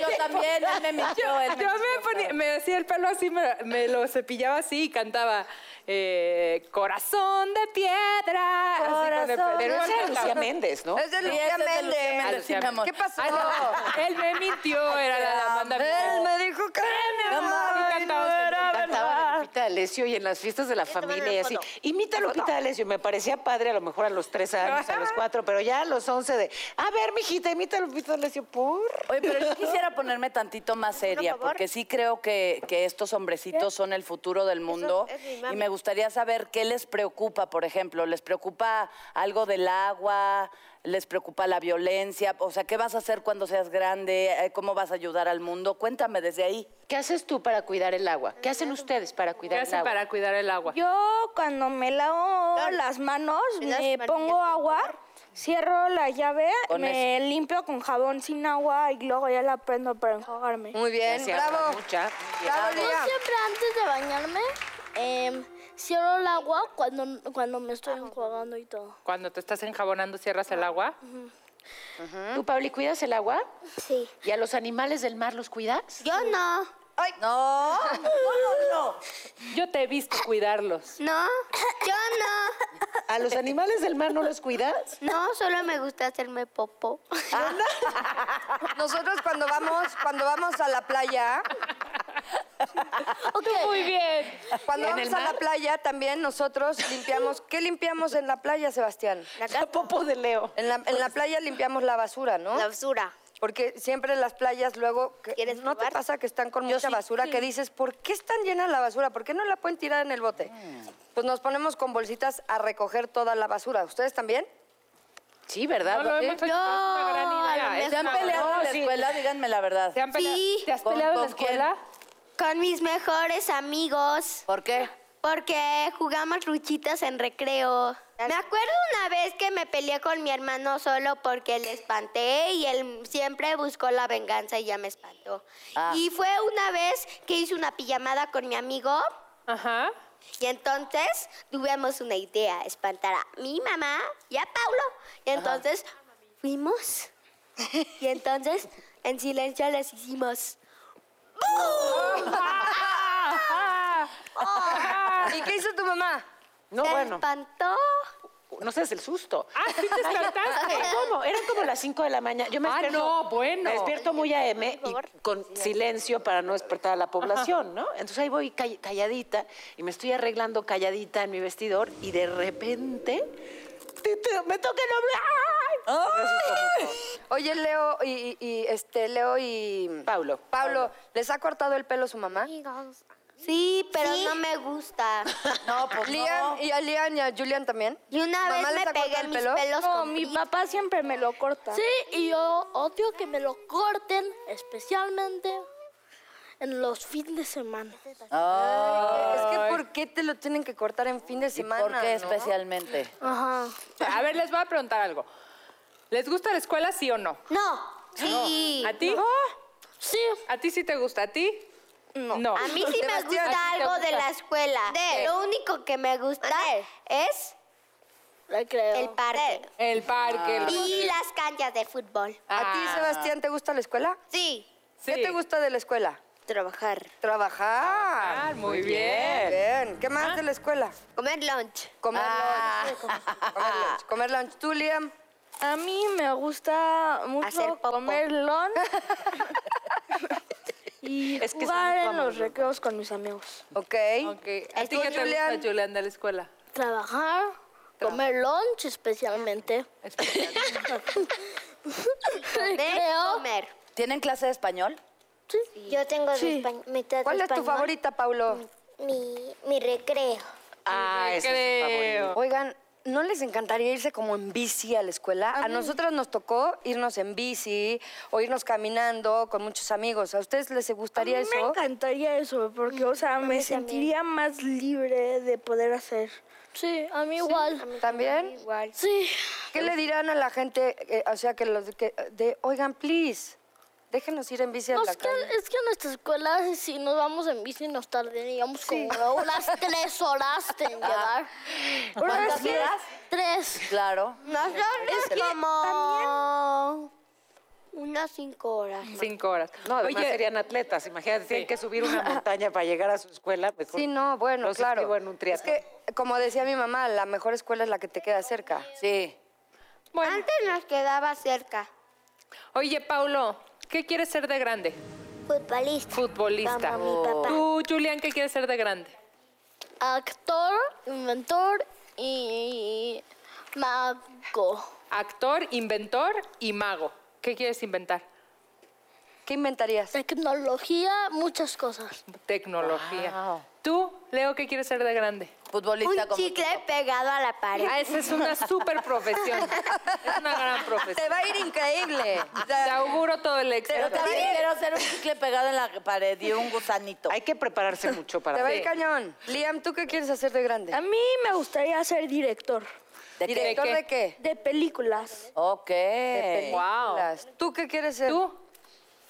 [SPEAKER 3] Yo también, él me mintió. él
[SPEAKER 1] Yo
[SPEAKER 3] me mintió,
[SPEAKER 1] me, ponía, me hacía el pelo así, me, me lo cepillaba así y cantaba eh, Corazón de piedra. así con el-
[SPEAKER 4] Pero
[SPEAKER 1] igual
[SPEAKER 4] esa era
[SPEAKER 1] cantaba.
[SPEAKER 4] Lucía Méndez, ¿no?
[SPEAKER 2] Es de
[SPEAKER 3] esa
[SPEAKER 2] Lucía
[SPEAKER 3] es de Lucía
[SPEAKER 2] Méndez.
[SPEAKER 3] Méndez, sí, mi amor.
[SPEAKER 2] ¿Qué pasó?
[SPEAKER 1] Ay, no, él me mintió, era la de Amanda
[SPEAKER 2] Él
[SPEAKER 1] Miguel.
[SPEAKER 2] me dijo que me amaba y no
[SPEAKER 1] cantaba,
[SPEAKER 2] era
[SPEAKER 4] Cantaba de
[SPEAKER 2] verdad.
[SPEAKER 4] Lupita D'Alessio y en las fiestas de la
[SPEAKER 6] te van a
[SPEAKER 4] familia
[SPEAKER 6] dar
[SPEAKER 4] y así.
[SPEAKER 6] foto.
[SPEAKER 4] Imita a Lupita D'Alessio. Me parecía padre a lo mejor a los tres años, a los cuatro, pero ya a los once de, a ver, mijita, imita a Lupita D'Alessio, por...
[SPEAKER 3] Oye, pero yo quisiera ponerme tantito más seria,
[SPEAKER 6] favor.
[SPEAKER 3] porque sí creo que, que estos hombrecitos son el futuro del mundo.
[SPEAKER 6] es mi
[SPEAKER 3] y
[SPEAKER 6] mami.
[SPEAKER 3] me gustaría saber qué les preocupa, por ejemplo. ¿Les preocupa algo del agua? ¿Les preocupa la violencia? O sea, ¿qué vas a hacer cuando seas grande? Eh, ¿Cómo vas a ayudar al mundo? Cuéntame desde ahí.
[SPEAKER 4] ¿Qué haces tú para cuidar el agua? ¿Qué hacen ustedes para
[SPEAKER 1] ¿Qué
[SPEAKER 4] cuidar el
[SPEAKER 1] hacen
[SPEAKER 4] agua?
[SPEAKER 1] para cuidar el agua?
[SPEAKER 7] Yo cuando me lavo las manos,
[SPEAKER 6] ¿Me das
[SPEAKER 7] me
[SPEAKER 6] manilla,
[SPEAKER 7] pongo
[SPEAKER 6] por
[SPEAKER 7] agua,
[SPEAKER 6] favor?
[SPEAKER 7] cierro la llave,
[SPEAKER 3] Con
[SPEAKER 7] me limpio con jabón sin agua y luego ya la prendo para enjuagarme.
[SPEAKER 2] Muy bien,
[SPEAKER 4] Gracias,
[SPEAKER 2] bravo.
[SPEAKER 4] mucha.
[SPEAKER 2] Bravo,
[SPEAKER 5] Yo
[SPEAKER 2] Lía.
[SPEAKER 5] siempre antes de bañarme em, cierro el agua cuando, cuando me estoy enjuagando y todo.
[SPEAKER 1] Cuando te estás enjabonando, cierras el agua.
[SPEAKER 4] ¿Tú, Pauli, cuidas el agua?
[SPEAKER 5] Sí.
[SPEAKER 4] ¿Y a los animales del mar los cuidas?
[SPEAKER 5] Yo no.
[SPEAKER 3] No,
[SPEAKER 1] Yo te he visto cuidarlos.
[SPEAKER 5] No, yo no.
[SPEAKER 4] ¿A los animales del mar no los cuidas?
[SPEAKER 5] No, solo me gusta hacerme popo.
[SPEAKER 2] Nosotros cuando vamos, cuando vamos a la playa,
[SPEAKER 1] Muy bien.
[SPEAKER 2] cuando
[SPEAKER 4] ¿En el
[SPEAKER 2] vamos a la
[SPEAKER 4] mar?
[SPEAKER 2] playa también nosotros limpiamos. ¿Qué limpiamos en la playa, Sebastián?
[SPEAKER 4] La popo de Leo.
[SPEAKER 2] En la, en la playa limpiamos la basura, ¿no?
[SPEAKER 6] La basura.
[SPEAKER 2] Porque siempre las playas luego... que-
[SPEAKER 6] ¿Quieres
[SPEAKER 2] ¿No
[SPEAKER 6] probar?
[SPEAKER 2] te pasa que están con mucha basura? Que dices, ¿por qué están llenas la basura? ¿Por qué no la pueden tirar en el bote?
[SPEAKER 4] Mm.
[SPEAKER 2] Pues nos ponemos con bolsitas a recoger toda la basura. ¿Ustedes también?
[SPEAKER 4] Sí, ¿verdad?
[SPEAKER 1] No lo hemos hecho. es una gran idea. ¿eh? Es
[SPEAKER 3] ¿se han
[SPEAKER 1] una-
[SPEAKER 3] peleado en
[SPEAKER 1] No,
[SPEAKER 3] la
[SPEAKER 1] sí.
[SPEAKER 3] escuela? Díganme la verdad.
[SPEAKER 1] ¿Te, han pelea-
[SPEAKER 6] Sí.
[SPEAKER 1] ¿Te has
[SPEAKER 3] ¿Con-
[SPEAKER 1] peleado en la
[SPEAKER 3] con quién?
[SPEAKER 1] escuela?
[SPEAKER 5] Con mis mejores amigos.
[SPEAKER 3] ¿Por qué?
[SPEAKER 5] Porque jugamos ruchitas en recreo. Me acuerdo una vez que me peleé con mi hermano solo porque le espanté y él siempre buscó la venganza y ya me espantó.
[SPEAKER 3] Ah.
[SPEAKER 5] Y fue una vez que hice una pijamada con mi amigo
[SPEAKER 1] Ajá.
[SPEAKER 5] y entonces tuvimos una idea, espantar a mi mamá y a Paulo. Y entonces fuimos y entonces en silencio les hicimos...
[SPEAKER 2] ¿Y qué hizo tu mamá?
[SPEAKER 4] No,
[SPEAKER 5] Se
[SPEAKER 4] bueno,
[SPEAKER 5] espantó.
[SPEAKER 4] Oh, no seas el susto.
[SPEAKER 1] Ah, sí te espantaste.
[SPEAKER 4] ¿Cómo? Eran como las 5 de la mañana. Yo me
[SPEAKER 1] Ah,
[SPEAKER 4] despierto,
[SPEAKER 1] no, bueno.
[SPEAKER 4] Me despierto muy AM y con silencio para no despertar a la población, ¿no? Entonces ahí voy call- calladita y me estoy arreglando calladita en mi vestidor y de repente te- te- me toca el hombre. ¡Ay!
[SPEAKER 2] Oye, Leo y, y- y, este, Leo y...
[SPEAKER 4] Paulo.
[SPEAKER 2] Pablo, ¿les ha cortado el pelo su mamá?
[SPEAKER 5] Sí, pero no me gusta.
[SPEAKER 3] No, pues
[SPEAKER 2] Liam,
[SPEAKER 3] no.
[SPEAKER 2] ¿Y a Liam y a Julian también?
[SPEAKER 5] Y una
[SPEAKER 2] ¿Mamá
[SPEAKER 5] vez
[SPEAKER 2] les
[SPEAKER 5] me
[SPEAKER 2] ha cortado
[SPEAKER 5] pegué
[SPEAKER 2] el
[SPEAKER 5] mis
[SPEAKER 2] pelo?
[SPEAKER 5] pelos
[SPEAKER 7] No,
[SPEAKER 5] con
[SPEAKER 7] mi papá siempre me lo corta.
[SPEAKER 8] Sí, y yo odio que me lo corten, especialmente en los fines de semana.
[SPEAKER 2] Es que ¿por qué te lo tienen que cortar en fin de
[SPEAKER 3] ¿Y
[SPEAKER 2] semana?
[SPEAKER 3] por qué
[SPEAKER 2] no?
[SPEAKER 3] especialmente?
[SPEAKER 8] Ajá.
[SPEAKER 1] A ver, les voy a preguntar algo. ¿Les gusta la escuela, sí o no?
[SPEAKER 5] No, sí.
[SPEAKER 1] ¿A ti?
[SPEAKER 8] Sí,
[SPEAKER 1] ¿A ti sí te gusta? ¿A ti? No.
[SPEAKER 5] A mí sí me
[SPEAKER 2] Sebastián,
[SPEAKER 1] ¿a
[SPEAKER 5] gusta
[SPEAKER 1] ti te
[SPEAKER 5] algo de
[SPEAKER 1] gusta?
[SPEAKER 5] la escuela. Lo único que me gusta es
[SPEAKER 8] recreo.
[SPEAKER 5] el parque
[SPEAKER 1] El parque. Ah. el-
[SPEAKER 5] y las canchas de fútbol.
[SPEAKER 2] ¿A ti, Sebastián, te gusta la escuela?
[SPEAKER 5] Ah. Sí.
[SPEAKER 1] Sí.
[SPEAKER 2] ¿Qué te gusta de la escuela?
[SPEAKER 5] Trabajar.
[SPEAKER 2] Trabajar.
[SPEAKER 1] Ah, muy bien.
[SPEAKER 2] Bien. ¿Qué
[SPEAKER 7] Ah.
[SPEAKER 2] más de la escuela?
[SPEAKER 5] Comer lunch.
[SPEAKER 2] Comer lunch. Comer lunch. Comer lunch. ¿Tú, Liam?
[SPEAKER 7] A mí me gusta
[SPEAKER 5] Hacer
[SPEAKER 7] mucho
[SPEAKER 5] popo.
[SPEAKER 7] comer lunch y
[SPEAKER 4] Es que es
[SPEAKER 7] jugar
[SPEAKER 4] muy
[SPEAKER 7] en
[SPEAKER 4] cómodo,
[SPEAKER 7] los
[SPEAKER 4] ¿no?
[SPEAKER 7] recreos con mis amigos.
[SPEAKER 2] Ok.
[SPEAKER 1] Ok. ¿A ti
[SPEAKER 2] ¿Tú,
[SPEAKER 1] qué te gusta,
[SPEAKER 2] Julián?
[SPEAKER 1] Julián, de la escuela?
[SPEAKER 8] Trabajar, comer lunch especialmente.
[SPEAKER 5] Creo. Comer.
[SPEAKER 3] ¿Tienen clase de español?
[SPEAKER 9] Yo tengo de
[SPEAKER 8] Sí.
[SPEAKER 9] espa- mitad de
[SPEAKER 2] ¿Cuál es tu
[SPEAKER 9] español.
[SPEAKER 2] favorita,
[SPEAKER 5] Mm.
[SPEAKER 2] Paulo?
[SPEAKER 9] Mi, mi recreo.
[SPEAKER 4] Ah, ese es mi
[SPEAKER 1] Creo.
[SPEAKER 4] favorito.
[SPEAKER 2] Oigan, ¿no les encantaría irse como en bici a la escuela? A nosotros nos tocó irnos en bici o irnos caminando con muchos amigos. ¿A ustedes les gustaría
[SPEAKER 7] me
[SPEAKER 2] eso?
[SPEAKER 7] encantaría eso porque, o sea, me sentiría más libre de poder hacer.
[SPEAKER 8] Sí, a mí igual.
[SPEAKER 2] ¿También?
[SPEAKER 8] Sí.
[SPEAKER 2] ¿Qué le dirán a la gente, eh, o sea, que los que, de, oigan, please, Déjenos ir en bici a
[SPEAKER 8] No,
[SPEAKER 2] la
[SPEAKER 8] es, que,
[SPEAKER 2] calle.
[SPEAKER 8] es que en nuestra escuela, si nos vamos en bici, nos tardaríamos como unas tres horas en
[SPEAKER 7] Ah.
[SPEAKER 8] llegar.
[SPEAKER 2] ¿Cuántas horas?
[SPEAKER 8] Tres.
[SPEAKER 3] Claro.
[SPEAKER 6] Nosotros como unas cinco horas.
[SPEAKER 1] Cinco horas.
[SPEAKER 4] No, además
[SPEAKER 1] Oye,
[SPEAKER 4] serían atletas. Imagínate, tienen que subir una montaña para llegar a su escuela. mejor
[SPEAKER 2] Sí, no, bueno,
[SPEAKER 4] los
[SPEAKER 2] claro.
[SPEAKER 4] inscribo en un
[SPEAKER 2] es
[SPEAKER 4] triatlón.
[SPEAKER 2] que, como decía mi mamá, la mejor escuela es la que te queda cerca.
[SPEAKER 3] Sí.
[SPEAKER 6] Antes nos quedaba cerca.
[SPEAKER 1] Oye, Paulo, ¿qué quieres ser de grande?
[SPEAKER 9] Futbolista.
[SPEAKER 1] Futbolista.
[SPEAKER 9] Como mi papá.
[SPEAKER 1] Tú, Julián, ¿qué quieres ser de grande?
[SPEAKER 8] Actor, inventor y mago.
[SPEAKER 1] Actor, inventor y mago. ¿Qué quieres inventar?
[SPEAKER 2] ¿Qué inventarías?
[SPEAKER 8] Tecnología, muchas cosas.
[SPEAKER 1] Tecnología. Tú, Leo, ¿qué quieres ser de grande?
[SPEAKER 3] Futbolista
[SPEAKER 6] Un
[SPEAKER 3] como...
[SPEAKER 6] chicle pegado a la pared.
[SPEAKER 1] Ah, esa es una super profesión. Es una gran
[SPEAKER 2] Te
[SPEAKER 1] profesión.
[SPEAKER 2] va a ir increíble. O
[SPEAKER 1] Te
[SPEAKER 2] sea,
[SPEAKER 1] auguro todo el éxito.
[SPEAKER 3] Pero también quiero hacer un chicle pegado en la pared y un gusanito.
[SPEAKER 4] Hay que prepararse mucho para...
[SPEAKER 2] te va a ir
[SPEAKER 4] Sí.
[SPEAKER 2] cañón. Liam, ¿tú qué quieres hacer de grande?
[SPEAKER 7] A mí me gustaría ser director
[SPEAKER 3] ¿De qué?
[SPEAKER 2] ¿Director
[SPEAKER 1] qué?
[SPEAKER 2] de qué?
[SPEAKER 7] de películas.
[SPEAKER 3] Ok.
[SPEAKER 1] Wow.
[SPEAKER 2] Las- ¿Tú qué quieres ser?
[SPEAKER 1] Tú,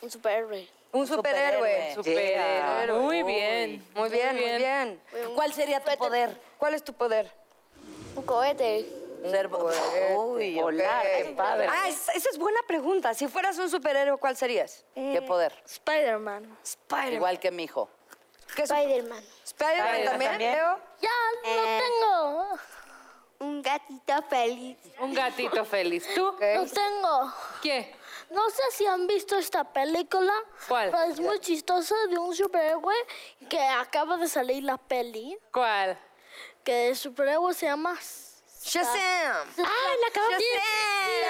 [SPEAKER 8] Un superhéroe.
[SPEAKER 2] Un superhéroe.
[SPEAKER 1] superhéroe.
[SPEAKER 2] Superhéroe.
[SPEAKER 1] Muy bien.
[SPEAKER 2] Muy bien, muy bien.
[SPEAKER 3] ¿Cuál sería tu poder?
[SPEAKER 2] ¿Cuál es tu poder?
[SPEAKER 8] Un cohete.
[SPEAKER 3] Ser... Uy, ok.
[SPEAKER 4] Volar, qué padre.
[SPEAKER 2] Ah, es- esa es buena pregunta. Si fueras un superhéroe, ¿cuál serías?
[SPEAKER 8] Eh,
[SPEAKER 3] ¿Qué poder?
[SPEAKER 7] Spider-Man.
[SPEAKER 2] Spider-Man.
[SPEAKER 3] Igual que mi hijo.
[SPEAKER 2] ¿Qué es-
[SPEAKER 9] Spider-Man.
[SPEAKER 2] Spider-Man también,
[SPEAKER 4] también.
[SPEAKER 2] Leo?
[SPEAKER 8] Ya, lo
[SPEAKER 6] Eh.
[SPEAKER 8] tengo.
[SPEAKER 6] Un gatito feliz.
[SPEAKER 1] un gatito feliz. ¿Tú?
[SPEAKER 8] Lo tengo.
[SPEAKER 1] ¿Qué?
[SPEAKER 8] No sé si han visto esta película.
[SPEAKER 1] ¿Cuál?
[SPEAKER 8] pero es muy chistosa de un superhéroe que acaba de salir la peli.
[SPEAKER 1] ¿Cuál?
[SPEAKER 8] Que el superhéroe se llama...
[SPEAKER 2] Shazam.
[SPEAKER 8] ¡Ah, la acaba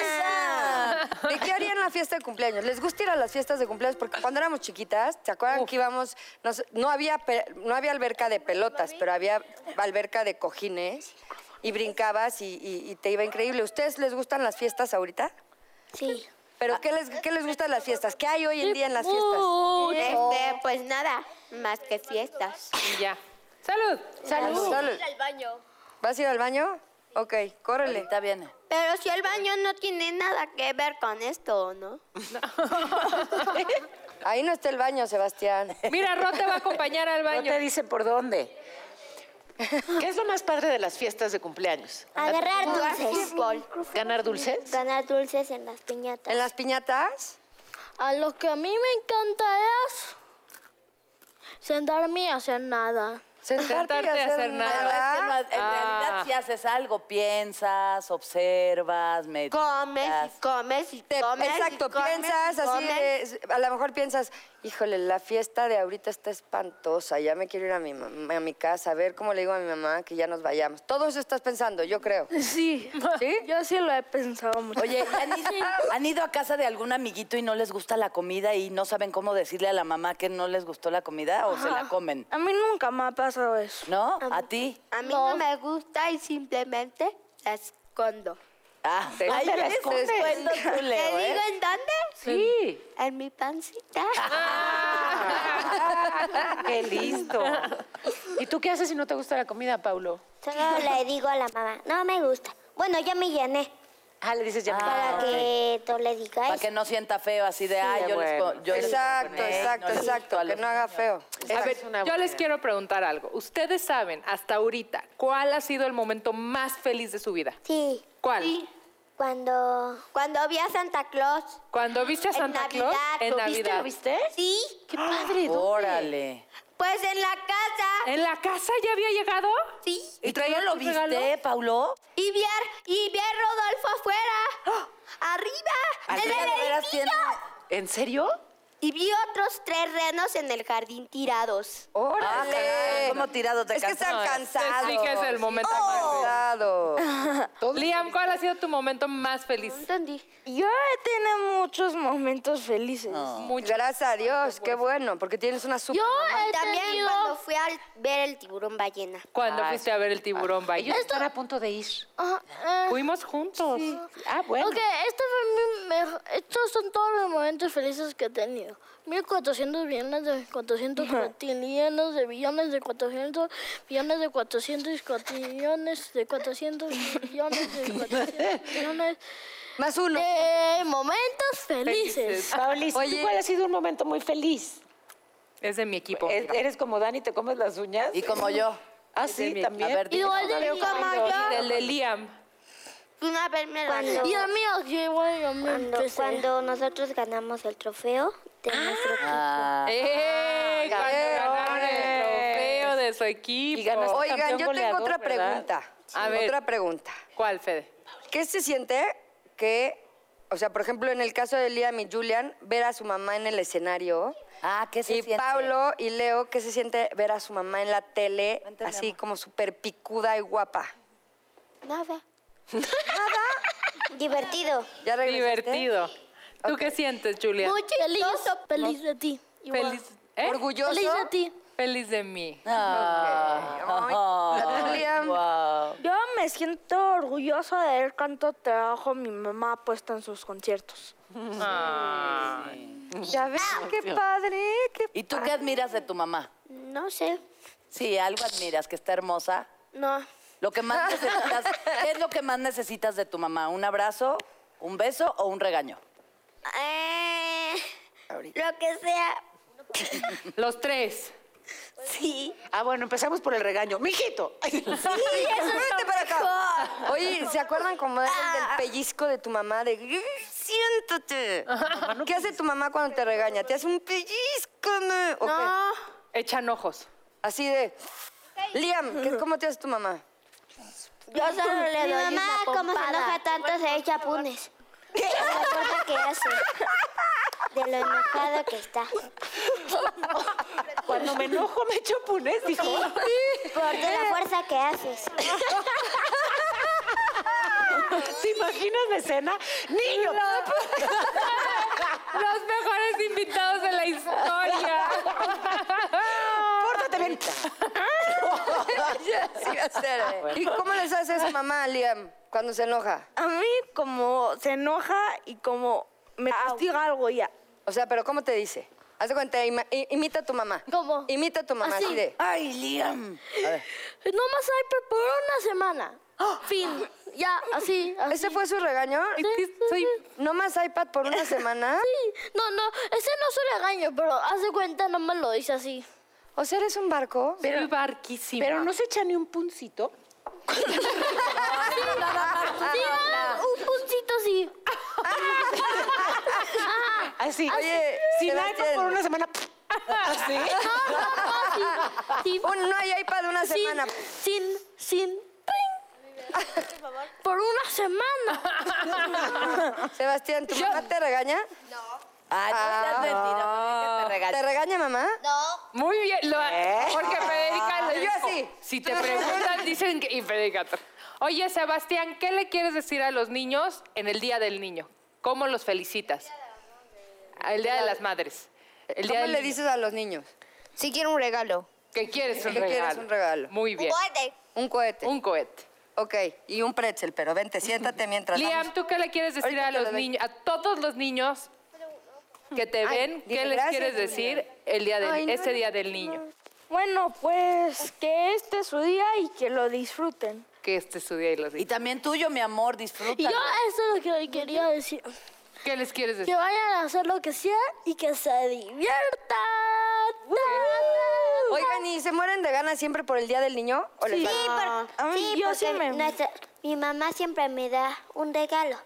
[SPEAKER 2] Shazam. ¿De qué harían la fiesta de cumpleaños? ¿Les gusta ir a las fiestas de cumpleaños? Porque cuando éramos chiquitas, ¿se acuerdan que íbamos? No, sé, no había, pe- no había alberca de pelotas, pero había alberca de cojines y brincabas y, y- y te iba increíble. ¿Ustedes les gustan las fiestas ahorita?
[SPEAKER 8] Sí.
[SPEAKER 2] ¿Pero qué les, qué les gustan las fiestas? ¿Qué hay hoy en día en las fiestas? ¿Eh?
[SPEAKER 6] Este, pues nada, más que fiestas.
[SPEAKER 1] Y ya. ¡Salud!
[SPEAKER 2] Salud. ¿Vas a ir al baño? Ok, córrele.
[SPEAKER 3] Ahorita viene.
[SPEAKER 6] Pero si el baño no tiene nada que ver con esto, ¿no?
[SPEAKER 2] Ahí no está el baño, Sebastián.
[SPEAKER 1] Mira, Ro te va a acompañar al
[SPEAKER 4] No
[SPEAKER 1] baño.
[SPEAKER 4] te dice por dónde. ¿Qué es lo más padre de las fiestas de cumpleaños?
[SPEAKER 9] Agarrar dulces.
[SPEAKER 4] ¿Ganar dulces?
[SPEAKER 9] Ganar dulces en las piñatas.
[SPEAKER 2] ¿En las piñatas?
[SPEAKER 8] A lo que a mí me encanta es sentarme y hacer nada.
[SPEAKER 2] Sentarte, y hacer,
[SPEAKER 3] Pero es que no-
[SPEAKER 2] nada. Ah.
[SPEAKER 3] en realidad si haces algo, piensas, observas, meditas.
[SPEAKER 6] Comes y comes y
[SPEAKER 2] Te-
[SPEAKER 6] comes. y
[SPEAKER 2] exacto,
[SPEAKER 6] comes y
[SPEAKER 2] piensas así,
[SPEAKER 6] comes.
[SPEAKER 2] de- s- a lo mejor piensas, híjole, la fiesta de ahorita está espantosa, ya me quiero ir a mi, mam- a mi casa, a ver cómo le digo a mi mamá que ya nos vayamos. Todo eso estás pensando, yo creo.
[SPEAKER 7] Sí.
[SPEAKER 2] ¿Sí?
[SPEAKER 7] Yo sí lo he pensado mucho.
[SPEAKER 3] Oye, ¿y ¿han ido, han ido a casa de algún amiguito y no les gusta la comida y no saben cómo decirle a la mamá que no les gustó la comida o se la comen?
[SPEAKER 7] A mí nunca me ha pasado eso.
[SPEAKER 3] ¿No? ¿A ti?
[SPEAKER 6] A mí no. me gusta y simplemente la escondo.
[SPEAKER 3] Ah, ahí
[SPEAKER 4] te la escondes?
[SPEAKER 3] tú, Leo,
[SPEAKER 6] ¿Te
[SPEAKER 3] ¿eh?
[SPEAKER 6] digo en dónde?
[SPEAKER 4] Sí.
[SPEAKER 6] En mi pancita.
[SPEAKER 4] ¡Qué listo! ¿Y tú qué haces si no te gusta la comida, Paulo?
[SPEAKER 9] Solo le digo a la mamá, no me gusta. Bueno, ya me llené.
[SPEAKER 4] Ah, le dices ya. me-
[SPEAKER 9] Para que tú le
[SPEAKER 3] Para
[SPEAKER 9] digas.
[SPEAKER 3] que no sienta feo así de, ay, yo les co- yo les
[SPEAKER 2] Exacto,
[SPEAKER 3] coné,
[SPEAKER 2] exacto,
[SPEAKER 3] no les
[SPEAKER 2] exacto,
[SPEAKER 3] gustó a
[SPEAKER 2] que
[SPEAKER 3] los
[SPEAKER 2] no haga feo.
[SPEAKER 1] A
[SPEAKER 4] Esa
[SPEAKER 1] ver,
[SPEAKER 4] es una
[SPEAKER 1] yo
[SPEAKER 4] buena
[SPEAKER 1] les
[SPEAKER 4] idea.
[SPEAKER 1] quiero preguntar algo. Ustedes saben hasta ahorita cuál ha sido el momento más feliz de su vida.
[SPEAKER 9] Sí,
[SPEAKER 1] ¿Cuál?
[SPEAKER 9] cuando...
[SPEAKER 6] Cuando vi a Santa Claus.
[SPEAKER 1] Cuando viste a
[SPEAKER 6] En
[SPEAKER 1] Santa Claus
[SPEAKER 6] Navidad.
[SPEAKER 1] en
[SPEAKER 6] ¿Lo
[SPEAKER 1] Navidad.
[SPEAKER 4] viste?
[SPEAKER 6] Sí.
[SPEAKER 4] ¡Qué padre! ¿dónde?
[SPEAKER 3] Órale.
[SPEAKER 6] Pues en la casa.
[SPEAKER 1] ¿En la casa ya había llegado?
[SPEAKER 6] Sí.
[SPEAKER 3] ¿Y tú
[SPEAKER 1] traía
[SPEAKER 3] no lo
[SPEAKER 1] tu
[SPEAKER 3] viste,
[SPEAKER 1] regalo?
[SPEAKER 3] Paulo?
[SPEAKER 6] Y vi a, y vi a Rodolfo
[SPEAKER 1] ¡Ah!
[SPEAKER 6] afuera. ¡Arriba!
[SPEAKER 3] Al
[SPEAKER 6] ¡En
[SPEAKER 3] final,
[SPEAKER 6] el
[SPEAKER 3] de veras,
[SPEAKER 6] edificio!
[SPEAKER 3] tiene-
[SPEAKER 4] ¿En serio?
[SPEAKER 6] Y vi otros tres renos en el jardín tirados.
[SPEAKER 3] Ah, caray,
[SPEAKER 2] ¡Órale!
[SPEAKER 3] ¿Cómo tirado te
[SPEAKER 2] es que están
[SPEAKER 1] Te
[SPEAKER 2] cansados.
[SPEAKER 1] sí que es el momento
[SPEAKER 2] Oh.
[SPEAKER 1] más
[SPEAKER 2] Cansados.
[SPEAKER 1] feliz. Liam, ¿cuál ha sido tu momento más feliz?
[SPEAKER 7] Yo he tenido muchos momentos felices.
[SPEAKER 1] Mucho.
[SPEAKER 2] Gracias a Dios, qué bueno, porque tienes una super...
[SPEAKER 8] Yo he
[SPEAKER 6] También
[SPEAKER 8] tenido...
[SPEAKER 6] cuando fui a ver el tiburón ballena.
[SPEAKER 3] Ah,
[SPEAKER 1] Cuando fuiste a ver el tiburón
[SPEAKER 4] Ellos
[SPEAKER 1] ballena.
[SPEAKER 4] están a punto de ir.
[SPEAKER 8] Ajá, eh,
[SPEAKER 1] Fuimos juntos.
[SPEAKER 4] Ah, bueno.
[SPEAKER 8] Ok, este fue mi mejor- estos son todos los momentos felices que he tenido. 1400 billones de 400 cuatillones de billones de 400 billones de 400 cuatillones de 400 billones de 400 billones
[SPEAKER 2] Más uno.
[SPEAKER 8] De momentos felices.
[SPEAKER 4] Paolis,
[SPEAKER 2] Oye.
[SPEAKER 4] ¿cuál ha sido un momento muy feliz?
[SPEAKER 1] Es de mi equipo.
[SPEAKER 4] ¿E- ¿Eres como Dani, te comes las uñas?
[SPEAKER 3] Y como yo.
[SPEAKER 4] Ah, sí,
[SPEAKER 1] mi-
[SPEAKER 4] también.
[SPEAKER 3] A ver, dime.
[SPEAKER 8] Igual de
[SPEAKER 6] Como yo,
[SPEAKER 1] El de Liam.
[SPEAKER 6] una vez me la
[SPEAKER 8] Y el mío, yo igual yo me
[SPEAKER 9] Cuando,
[SPEAKER 8] empecé.
[SPEAKER 9] cuando nosotros ganamos el trofeo de nuestro equipo.
[SPEAKER 3] Ah,
[SPEAKER 1] ¡Eh! Cuando ganaron el trofeo de su equipo.
[SPEAKER 4] Y ganaste
[SPEAKER 2] Oigan,
[SPEAKER 4] campeón
[SPEAKER 2] yo tengo
[SPEAKER 4] goleador,
[SPEAKER 2] otra
[SPEAKER 4] ¿verdad?
[SPEAKER 2] pregunta.
[SPEAKER 1] A ver.
[SPEAKER 2] Otra pregunta.
[SPEAKER 1] ¿Cuál, Fede?
[SPEAKER 2] ¿Qué se siente que, o sea, por ejemplo, en el caso de Liam y Julian, ver a su mamá en el escenario?
[SPEAKER 3] Ah, ¿qué se
[SPEAKER 2] y
[SPEAKER 3] siente?
[SPEAKER 2] Pablo y Leo, ¿qué se siente ver a su mamá en la tele
[SPEAKER 3] Vente, mi
[SPEAKER 2] así
[SPEAKER 3] amor.
[SPEAKER 2] como súper picuda y guapa?
[SPEAKER 9] Nada. Nada. Divertido.
[SPEAKER 2] ¿Ya regresaste?
[SPEAKER 1] Divertido. ¿Tú qué sientes, Julia?
[SPEAKER 8] Muy chistoso. Feliz de ti. igual.
[SPEAKER 1] Feliz. ¿eh?
[SPEAKER 2] ¿Orgulloso?
[SPEAKER 8] Feliz de ti.
[SPEAKER 1] Feliz de mí.
[SPEAKER 3] Ah,
[SPEAKER 2] Ay, Liam.
[SPEAKER 3] guau.
[SPEAKER 7] Yo me siento orgulloso de ver cuánto trabajo mi mamá ha puesto en sus conciertos.
[SPEAKER 2] Ya ves, qué padre, qué
[SPEAKER 3] ¿Y tú qué admiras de tu mamá?
[SPEAKER 9] No sé.
[SPEAKER 3] Sí, algo admiras, que está hermosa.
[SPEAKER 8] No.
[SPEAKER 3] Lo que más necesitas, ¿qué es lo que más necesitas de tu mamá? ¿Un abrazo, un beso o un regaño?
[SPEAKER 6] Eh, lo que sea.
[SPEAKER 1] Los tres.
[SPEAKER 6] Sí.
[SPEAKER 4] Ah, bueno, empezamos por el regaño. ¡Mijito!
[SPEAKER 2] Sí, vente para acá. Oye, ¿se acuerdan como del
[SPEAKER 7] Ah.
[SPEAKER 2] pellizco de tu mamá? De "Grr, siéntate. ¿Qué hace tu mamá cuando te regaña? ¿Te hace un pellizco? No. ¿O qué?
[SPEAKER 1] Echan ojos.
[SPEAKER 2] Así de. Liam, ¿qué- ¿cómo te hace tu mamá?
[SPEAKER 6] Yo solo le
[SPEAKER 9] Mi
[SPEAKER 6] doy
[SPEAKER 9] mamá,
[SPEAKER 6] una
[SPEAKER 9] como se
[SPEAKER 6] pompada.
[SPEAKER 9] enoja tanto, se echa punes. Es la cosa que hace. De lo enojado que está.
[SPEAKER 4] Cuando me enojo me echo punés, dijo.
[SPEAKER 9] Por toda la fuerza que haces.
[SPEAKER 4] ¿Te imaginas la escena? ¡Niño!
[SPEAKER 1] Los mejores invitados de la historia.
[SPEAKER 4] ¡Pórtate bien!
[SPEAKER 2] Sí, va a ser,
[SPEAKER 7] Ah,
[SPEAKER 2] ¿eh? ¿Y cómo les hace su mamá, Liam, cuando se enoja?
[SPEAKER 7] A mí como se enoja y como me castiga algo ya.
[SPEAKER 2] O sea, ¿pero cómo te dice? Haz de cuenta, ima- i- imita a tu mamá.
[SPEAKER 8] ¿Cómo?
[SPEAKER 2] Imita a tu mamá, así,
[SPEAKER 8] Así.
[SPEAKER 2] de.
[SPEAKER 3] Ay, Liam.
[SPEAKER 1] Eh,
[SPEAKER 8] No más hay por una semana. Fin. Ya, así, así.
[SPEAKER 2] ¿Ese fue su regaño?
[SPEAKER 1] Soy
[SPEAKER 2] ¿No más iPad por una semana?
[SPEAKER 8] Sí. No, no, ese no es un regaño, pero hace cuenta, nomás lo dice así.
[SPEAKER 2] O sea, ¿eres un barco?
[SPEAKER 1] soy barquísima.
[SPEAKER 4] Pero no se echa ni un puncito.
[SPEAKER 8] Sí, ah, un puntito así.
[SPEAKER 4] Así.
[SPEAKER 2] Oye,
[SPEAKER 4] sin iPad
[SPEAKER 2] Sebastián.
[SPEAKER 4] por una semana. Así.
[SPEAKER 8] Sin,
[SPEAKER 2] Un, no hay iPad una
[SPEAKER 8] sin,
[SPEAKER 2] semana.
[SPEAKER 8] sin, sin, ping. Por una semana.
[SPEAKER 2] Sebastián, ¿tu mamá te regaña? Ah,
[SPEAKER 3] Ay, no seas mentirosa, que te regañe.
[SPEAKER 2] ¿Te regaña mamá? ¿Eh?
[SPEAKER 1] Muy bien. lo- Porque Federica le
[SPEAKER 2] Yo
[SPEAKER 1] dijo,
[SPEAKER 2] así.
[SPEAKER 1] Si te preguntan, dicen que... Y Federica... tra- Oye, Sebastián, ¿qué le quieres decir a los niños en el Día del Niño? ¿Cómo los felicitas? El Día de las Madres. El día
[SPEAKER 2] ¿Cómo
[SPEAKER 1] del
[SPEAKER 2] le
[SPEAKER 1] Niño.
[SPEAKER 2] dices a los niños?
[SPEAKER 6] Si quiero un regalo.
[SPEAKER 1] Que quieres un
[SPEAKER 2] Que
[SPEAKER 1] regalo.
[SPEAKER 2] quieres un regalo.
[SPEAKER 1] Muy bien.
[SPEAKER 2] Un cohete.
[SPEAKER 1] Un cohete.
[SPEAKER 2] Ok, y un pretzel, pero vente, siéntate mientras.
[SPEAKER 1] Liam,
[SPEAKER 2] vamos.
[SPEAKER 1] ¿tú qué le quieres decir
[SPEAKER 2] Ahorita
[SPEAKER 1] a
[SPEAKER 2] te lo
[SPEAKER 1] los
[SPEAKER 2] doy.
[SPEAKER 1] niños, a todos los niños que te
[SPEAKER 2] Ay,
[SPEAKER 1] ven,
[SPEAKER 2] dile
[SPEAKER 1] qué les
[SPEAKER 2] gracias,
[SPEAKER 1] quieres
[SPEAKER 2] niña.
[SPEAKER 1] decir el día del,
[SPEAKER 2] Ay, no,
[SPEAKER 1] ese
[SPEAKER 2] no,
[SPEAKER 1] día del niño?
[SPEAKER 7] Bueno, pues que este es su día y que lo disfruten.
[SPEAKER 1] Que este es su día y los
[SPEAKER 3] Y también tuyo, mi amor,
[SPEAKER 8] Y yo
[SPEAKER 3] disfruta.
[SPEAKER 8] eso es lo que le quería decir.
[SPEAKER 1] ¿Qué les quieres
[SPEAKER 8] Que
[SPEAKER 1] decir?
[SPEAKER 8] vayan a hacer lo que sea y que se diviertan.
[SPEAKER 2] Oigan, ¿y se mueren de ganas siempre por el día del niño? ¿O les
[SPEAKER 9] Sí,
[SPEAKER 2] vale?
[SPEAKER 9] por-
[SPEAKER 7] a mí-
[SPEAKER 9] sí,
[SPEAKER 7] yo sí
[SPEAKER 9] porque
[SPEAKER 7] me-
[SPEAKER 9] nuestra- mi mamá siempre me da un regalo.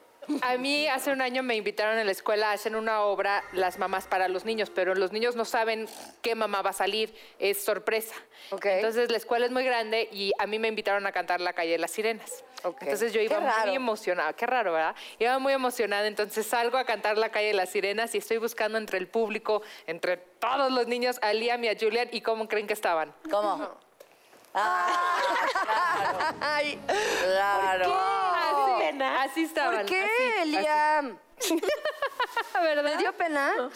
[SPEAKER 1] A mí hace un año me invitaron a la escuela, hacen una obra las mamás para los niños, pero los niños no saben qué mamá va a salir, es sorpresa.
[SPEAKER 2] Ok.
[SPEAKER 1] Entonces la escuela es muy grande y a mí me invitaron a cantar La calle de las sirenas.
[SPEAKER 2] Ok.
[SPEAKER 1] Entonces yo
[SPEAKER 2] Qué
[SPEAKER 1] iba
[SPEAKER 2] raro.
[SPEAKER 1] muy emocionada, qué raro, ¿verdad? Iba muy emocionada, entonces salgo a cantar La calle de las sirenas y estoy buscando entre el público, entre todos los niños, a Liam y a Julian, ¿y cómo creen que estaban?
[SPEAKER 3] ¿Cómo? Ah, claro.
[SPEAKER 1] Así, así estaban.
[SPEAKER 2] ¿Por qué,
[SPEAKER 1] así, así.
[SPEAKER 2] Liam? ¿Te
[SPEAKER 1] ¿Verdad?
[SPEAKER 2] dio pena?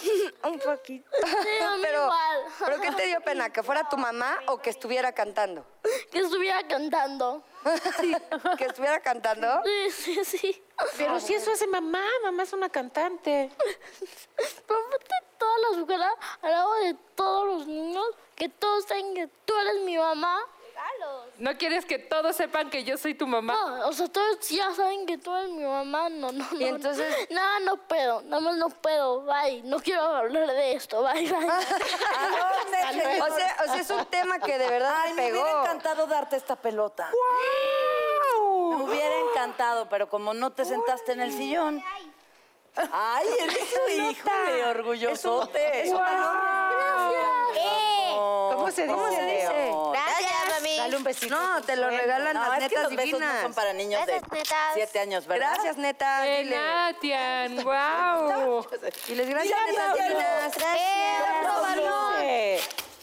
[SPEAKER 7] Un poquito.
[SPEAKER 8] Sí, a mí
[SPEAKER 2] Pero,
[SPEAKER 8] igual.
[SPEAKER 2] ¿Pero qué te dio pena? ¿Que fuera tu mamá o que estuviera cantando?
[SPEAKER 8] Que estuviera cantando.
[SPEAKER 2] ¿Que estuviera cantando?
[SPEAKER 8] Sí, sí, sí.
[SPEAKER 4] Pero si eso hace mamá, mamá es una cantante.
[SPEAKER 8] Pero aparte, toda la escuela, al lado de todos los niños, que todos saben que tú eres mi mamá.
[SPEAKER 6] regalos.
[SPEAKER 10] ¿No quieres que todos sepan que yo soy tu mamá?
[SPEAKER 8] No, o sea, todos ya saben que tú eres mi mamá. No, no, no.
[SPEAKER 2] Y entonces-
[SPEAKER 8] Nada, no puedo. Nada más no puedo. Bye. No quiero hablar de esto. Bye, bye.
[SPEAKER 2] ¿A dónde, señor? O sea, o sea, es un tema que de verdad
[SPEAKER 3] Ay,
[SPEAKER 2] te
[SPEAKER 3] me
[SPEAKER 2] pegó.
[SPEAKER 3] hubiera encantado darte esta pelota. Me hubiera encantado, pero como no te sentaste en el sillón. Ay, eres un hijo de orgulloso.
[SPEAKER 2] Es una nota.
[SPEAKER 10] Oh,
[SPEAKER 1] ¿Cómo se
[SPEAKER 2] Eh, ¿Cómo se
[SPEAKER 1] dice?
[SPEAKER 2] dice?
[SPEAKER 6] Gracias, mami.
[SPEAKER 3] Dale un besito.
[SPEAKER 2] No, te lo regalan las
[SPEAKER 3] No, es que
[SPEAKER 2] netas
[SPEAKER 3] los besos
[SPEAKER 2] divinas.
[SPEAKER 3] no son para niños de
[SPEAKER 6] Gracias, netas.
[SPEAKER 3] 7 años, ¿verdad?
[SPEAKER 2] Gracias, neta.
[SPEAKER 10] De
[SPEAKER 2] Diles,
[SPEAKER 10] nada, Tian,
[SPEAKER 1] Oh.
[SPEAKER 10] wow.
[SPEAKER 2] diles Pues gracias, neta. Diles.
[SPEAKER 6] Eh, róbalo.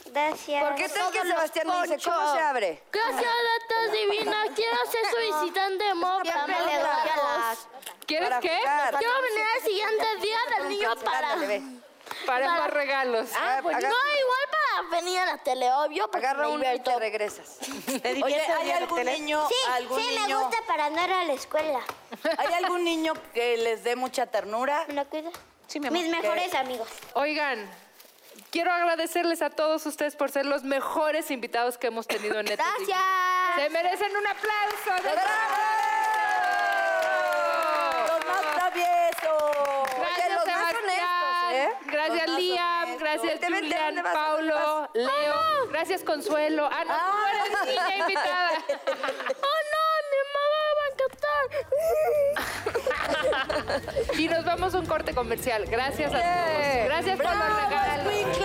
[SPEAKER 9] Gracias.
[SPEAKER 2] ¿Por qué tal que Sebastián me dice cómo se abre?
[SPEAKER 8] Gracias, latas divinas. Quiero ser su visitante de Mopla.
[SPEAKER 6] Siempre le doy a las...
[SPEAKER 10] ¿Quieres
[SPEAKER 2] Para
[SPEAKER 10] qué?
[SPEAKER 2] jugar.
[SPEAKER 8] Quiero venir al siguiente día del niño para...
[SPEAKER 2] Ándale, ve.
[SPEAKER 10] Para más regalos.
[SPEAKER 8] Ah, pues
[SPEAKER 2] Agarra-
[SPEAKER 8] no, igual para venir a la tele, obvio, porque
[SPEAKER 2] Agarra
[SPEAKER 8] me
[SPEAKER 2] uno y
[SPEAKER 8] divierto.
[SPEAKER 2] te regresas.
[SPEAKER 3] Oye, ¿hay algún niño,
[SPEAKER 9] Sí,
[SPEAKER 3] algún
[SPEAKER 9] sí, me
[SPEAKER 3] niño,
[SPEAKER 9] gusta para no ir a la escuela.
[SPEAKER 3] hay algún niño que les dé mucha ternura?
[SPEAKER 9] ¿Me lo cuida?
[SPEAKER 4] Sí, mi amor. Eh,
[SPEAKER 9] Mis mejores amigos.
[SPEAKER 10] Oigan, quiero agradecerles a todos ustedes por ser los mejores invitados que hemos tenido en este Netas Divinas.
[SPEAKER 6] Gracias.
[SPEAKER 10] Se merecen un aplauso. de-
[SPEAKER 3] ¡Tomás Travieso!
[SPEAKER 10] Gracias,
[SPEAKER 2] los más
[SPEAKER 10] Sebastián.
[SPEAKER 2] honestos, ¿eh?
[SPEAKER 10] Gracias,
[SPEAKER 2] Los más
[SPEAKER 10] Liam.
[SPEAKER 2] honestos.
[SPEAKER 10] Gracias,
[SPEAKER 2] Vente, vente,
[SPEAKER 10] Julian,
[SPEAKER 2] ¿dónde vas? ¿Dónde
[SPEAKER 10] Paulo, Leo. Gracias, Consuelo. Ah, no, tú eres niña invitada.
[SPEAKER 8] ¡Oh, no! ¡Mi mamá va a cantar!
[SPEAKER 10] Y nos vamos a un corte comercial. Gracias a todos. Gracias por los regalos.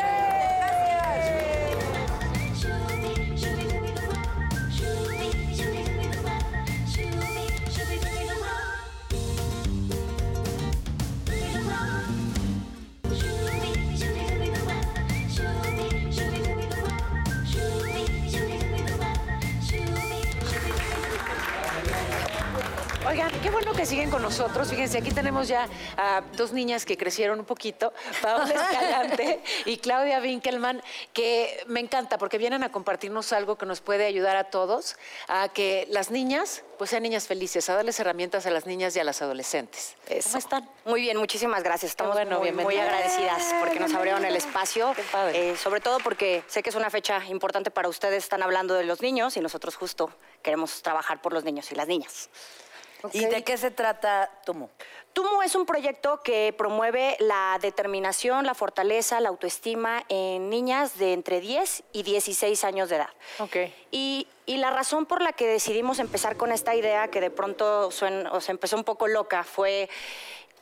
[SPEAKER 4] Oigan, qué bueno que siguen con nosotros. Fíjense, aquí tenemos ya a dos niñas que crecieron un poquito, Paola Escalante y Claudia Winkelmann, que me encanta porque vienen a compartirnos algo que nos puede ayudar a todos a que las niñas pues sean niñas felices, a darles herramientas a las niñas y a las adolescentes. ¿Cómo están?
[SPEAKER 11] Muy bien, muchísimas gracias. Estamos
[SPEAKER 4] bueno,
[SPEAKER 11] muy, muy
[SPEAKER 4] bienvenida.
[SPEAKER 11] agradecidas porque nos abrieron el espacio.
[SPEAKER 4] Qué padre.
[SPEAKER 11] Eh, sobre todo porque sé que es una fecha importante para ustedes. Están hablando de los niños y nosotros justo queremos trabajar por los niños y las niñas.
[SPEAKER 3] ¿Y de qué se trata Tumu?
[SPEAKER 11] TUMO es un proyecto que promueve la determinación, la fortaleza, la autoestima en niñas de entre 10 y 16 años de edad.
[SPEAKER 4] Ok.
[SPEAKER 11] Y, y la razón por la que decidimos empezar con esta idea, que de pronto suen- o sea, empezó un poco loca, fue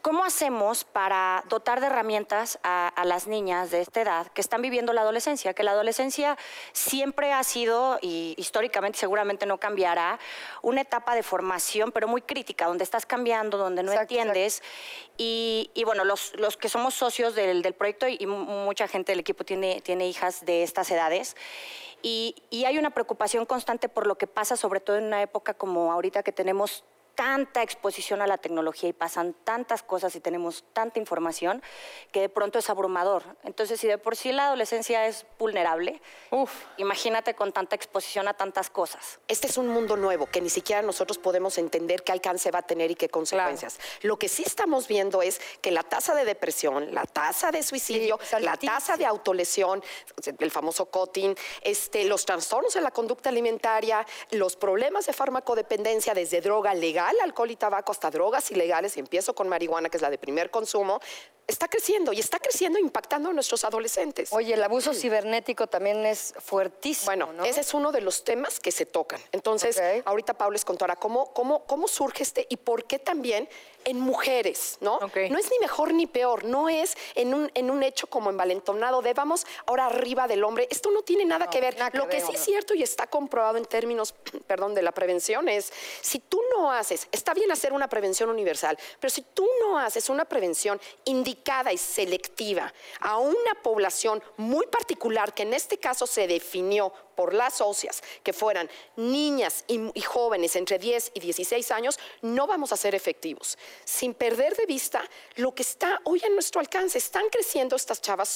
[SPEAKER 11] cómo hacemos para dotar de herramientas a, a las niñas de esta edad que están viviendo la adolescencia, que la adolescencia siempre ha sido, y históricamente seguramente no cambiará, una etapa de formación, pero muy crítica, donde estás cambiando, donde no
[SPEAKER 2] Exacto, exacto.
[SPEAKER 11] entiendes es. Y, y bueno, los, los que somos socios del, del proyecto y, y mu- mucha gente del equipo tiene, tiene hijas de estas edades. Y, y hay una preocupación constante por lo que pasa, sobre todo en una época como ahorita que tenemos tanta exposición a la tecnología y pasan tantas cosas y tenemos tanta información que de pronto es abrumador. Entonces, si de por sí la adolescencia es vulnerable, imagínate con tanta exposición a tantas cosas.
[SPEAKER 12] Este es un mundo nuevo que ni siquiera nosotros podemos entender qué alcance va a tener y qué consecuencias. Lo que sí estamos viendo es que la tasa de depresión, la tasa de suicidio,
[SPEAKER 2] Sí, es altísima.
[SPEAKER 12] la tasa de autolesión, el famoso cutting, este, los trastornos en la conducta alimentaria, los problemas de farmacodependencia, desde droga legal, alcohol y tabaco, hasta drogas ilegales, y empiezo con marihuana, que es la de primer consumo, está creciendo y está creciendo impactando a nuestros adolescentes. Mm.
[SPEAKER 2] Oye, el abuso cibernético también es fuertísimo.
[SPEAKER 12] Bueno,
[SPEAKER 2] ¿no?
[SPEAKER 12] ese es uno de los temas que se tocan. Entonces,
[SPEAKER 2] Ok.
[SPEAKER 12] ahorita Pau les contará cómo, cómo, cómo surge este y por qué también en mujeres, ¿no?
[SPEAKER 10] Ok.
[SPEAKER 12] No es ni mejor ni peor, no es en un, en un hecho como envalentonado de vamos ahora arriba del hombre. Esto no tiene nada que ver.
[SPEAKER 2] nada que
[SPEAKER 12] Lo que
[SPEAKER 2] ver,
[SPEAKER 12] sí es
[SPEAKER 2] hombre.
[SPEAKER 12] cierto y está comprobado en términos, perdón, de la prevención es, si tú no haces, está bien hacer una prevención universal, pero si tú no haces una prevención indicada y selectiva a una población muy particular, que en este caso se definió por las socias, que fueran niñas y, y jóvenes entre 10 y 16 años, no vamos a ser efectivos. Sin perder de vista lo que está hoy a nuestro alcance, están creciendo estas chavas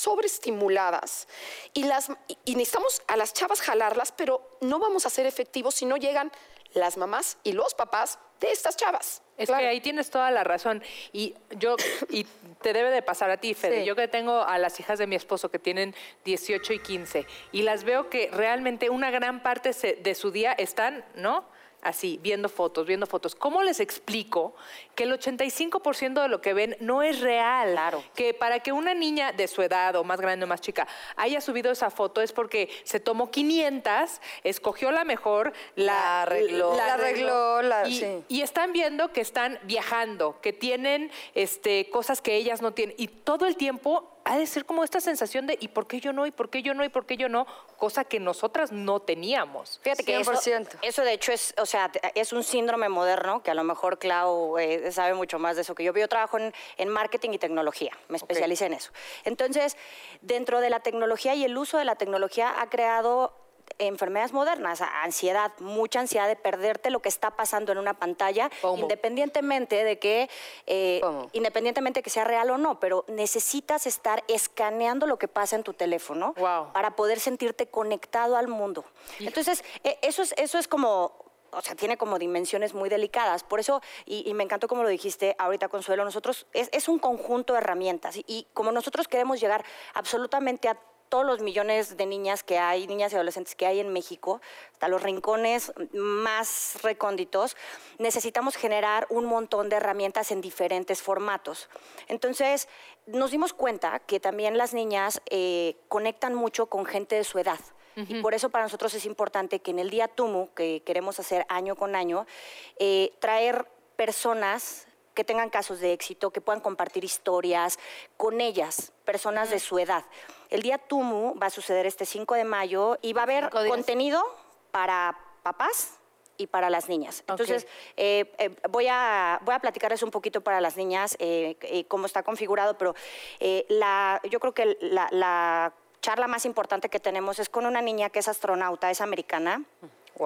[SPEAKER 12] sobreestimuladas y, las, y- y necesitamos a las chavas jalarlas, pero no vamos a ser efectivos si no llegan las mamás y los papás de estas chavas.
[SPEAKER 10] Es
[SPEAKER 12] Claro.
[SPEAKER 10] que ahí tienes toda la razón. Y yo, y
[SPEAKER 1] te debe de pasar a ti, Fede. Yo que tengo a las hijas de mi esposo que tienen 18 y 15 y las veo que realmente una gran parte se- de su día están, ¿no? Así, viendo fotos, viendo fotos. ¿Cómo les explico que el 85% de lo que ven no es real? Claro. Que para que una niña de su edad o más grande o más chica haya subido esa foto es porque se tomó 500, escogió la mejor, la,
[SPEAKER 2] arregló. La arregló, la-
[SPEAKER 1] y,
[SPEAKER 2] sí.
[SPEAKER 1] y están viendo que están viajando, que tienen este, cosas que ellas no tienen. Y todo el tiempo ha de ser como esta sensación de ¿y por qué yo no? ¿Y por qué yo no? ¿Y por qué yo no? Cosa que nosotras no teníamos.
[SPEAKER 11] Fíjate que eso, eso, de hecho es, o sea, te- es un síndrome moderno que a lo mejor Clau eh, sabe mucho más de eso que yo. Yo trabajo en, en marketing y tecnología, me especialicé en eso. Entonces, dentro de la tecnología y el uso de la tecnología ha creado enfermedades modernas, a- ansiedad, mucha ansiedad de perderte lo que está pasando en una pantalla, independientemente de que, eh, independientemente que sea real o no, pero necesitas estar escaneando lo que pasa en tu teléfono para poder sentirte conectado al mundo. Entonces, e- eso es, eso es como o sea, tiene como dimensiones muy delicadas. Por eso, y, y me encantó como lo dijiste ahorita, Consuelo, nosotros es, es un conjunto de herramientas y, y como nosotros queremos llegar absolutamente a todos los millones de niñas que hay, niñas y adolescentes que hay en México, hasta los rincones más recónditos, necesitamos generar un montón de herramientas en diferentes formatos. Entonces, nos dimos cuenta que también las niñas eh, conectan mucho con gente de su edad. Y por eso para nosotros es importante que en el día TUMU, que queremos hacer año con año, eh, traer personas que tengan casos de éxito, que puedan compartir historias con ellas, personas de su edad. El día TUMU va a suceder este 5 de mayo y va a haber contenido para papás y para las niñas. Entonces, eh, eh, voy, a, voy a platicarles un poquito para las niñas eh, eh, cómo está configurado, pero eh, la, yo creo que la, la charla más importante que tenemos es con una niña que es astronauta, es americana.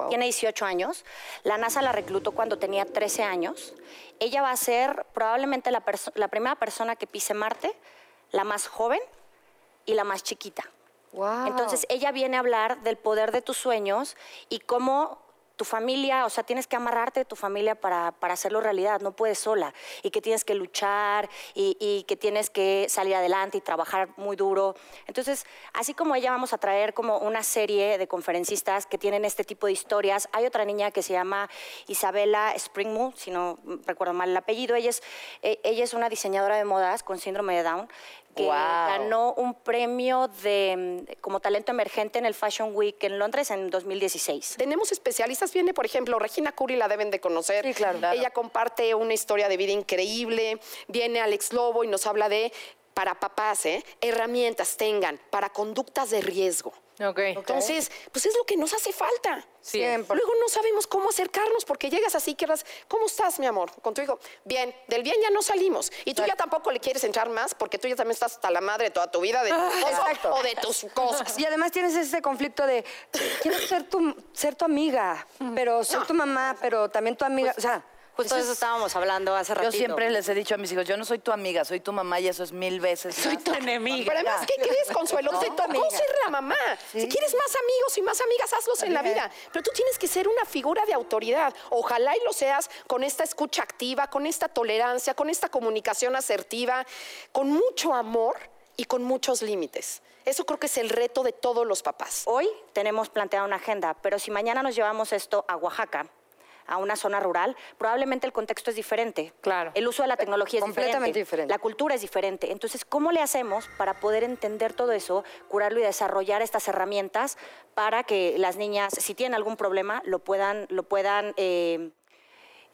[SPEAKER 11] Tiene 18 años. La NASA la reclutó cuando tenía 13 años. Ella va a ser probablemente la, perso- la primera persona que pise Marte, la más joven y la más chiquita. Entonces ella viene a hablar del poder de tus sueños y cómo tu familia, o sea, tienes que amarrarte de tu familia para, para hacerlo realidad, no puedes sola, y que tienes que luchar y, y que tienes que salir adelante y trabajar muy duro. Entonces, así como ella vamos a traer como una serie de conferencistas que tienen este tipo de historias, hay otra niña que se llama Isabela Springmuth, si no recuerdo mal el apellido, ella es, eh, ella es una diseñadora de modas con síndrome de Down, que
[SPEAKER 3] Guau.
[SPEAKER 11] ganó un premio de mm, como talento emergente en el Fashion Week en Londres en 2016.
[SPEAKER 12] Tenemos especialistas, viene por ejemplo Regina Curry, la deben de conocer. Ella comparte una historia de vida increíble, viene Alex Lobo y nos habla de, para papás, ¿eh? herramientas tengan para conductas de riesgo. Entonces, pues es lo que nos hace falta.
[SPEAKER 1] Sí. Cien por-
[SPEAKER 12] Luego no sabemos cómo acercarnos porque llegas así, quieras, ¿cómo estás, mi amor? Con tu hijo. Bien, del bien ya no salimos. Y tú ya tampoco le quieres entrar más porque tú ya también estás hasta la madre de toda tu vida, de tu esposo
[SPEAKER 2] Ah, Exacto.
[SPEAKER 12] o de tus cosas.
[SPEAKER 2] Y además tienes ese conflicto de quiero ser tu, ser tu amiga, pero ser tu mamá, pero también tu amiga. o sea,
[SPEAKER 11] Justo de eso estábamos hablando hace ratito.
[SPEAKER 3] Yo siempre les he dicho a mis hijos, yo no soy tu amiga, soy tu mamá y eso es mil veces. Soy tu enemiga.
[SPEAKER 12] Pero además, ¿qué crees, Consuelo? Te tocó ser la mamá. Si quieres más amigos y más amigas, hazlos en la vida. Pero tú tienes que ser una figura de autoridad. Ojalá y lo seas con esta escucha activa, con esta tolerancia, con esta comunicación asertiva, con mucho amor y con muchos límites. Eso creo que es el reto de todos los papás.
[SPEAKER 11] Hoy tenemos planteada una agenda, pero si mañana nos llevamos esto a Oaxaca, a una zona rural, probablemente el contexto es diferente. Claro. El uso de la tecnología es
[SPEAKER 2] Completamente diferente.
[SPEAKER 11] La cultura es diferente. Entonces, ¿cómo le hacemos para poder entender todo eso, curarlo y desarrollar estas herramientas para que las niñas, si tienen algún problema, lo puedan, lo puedan eh,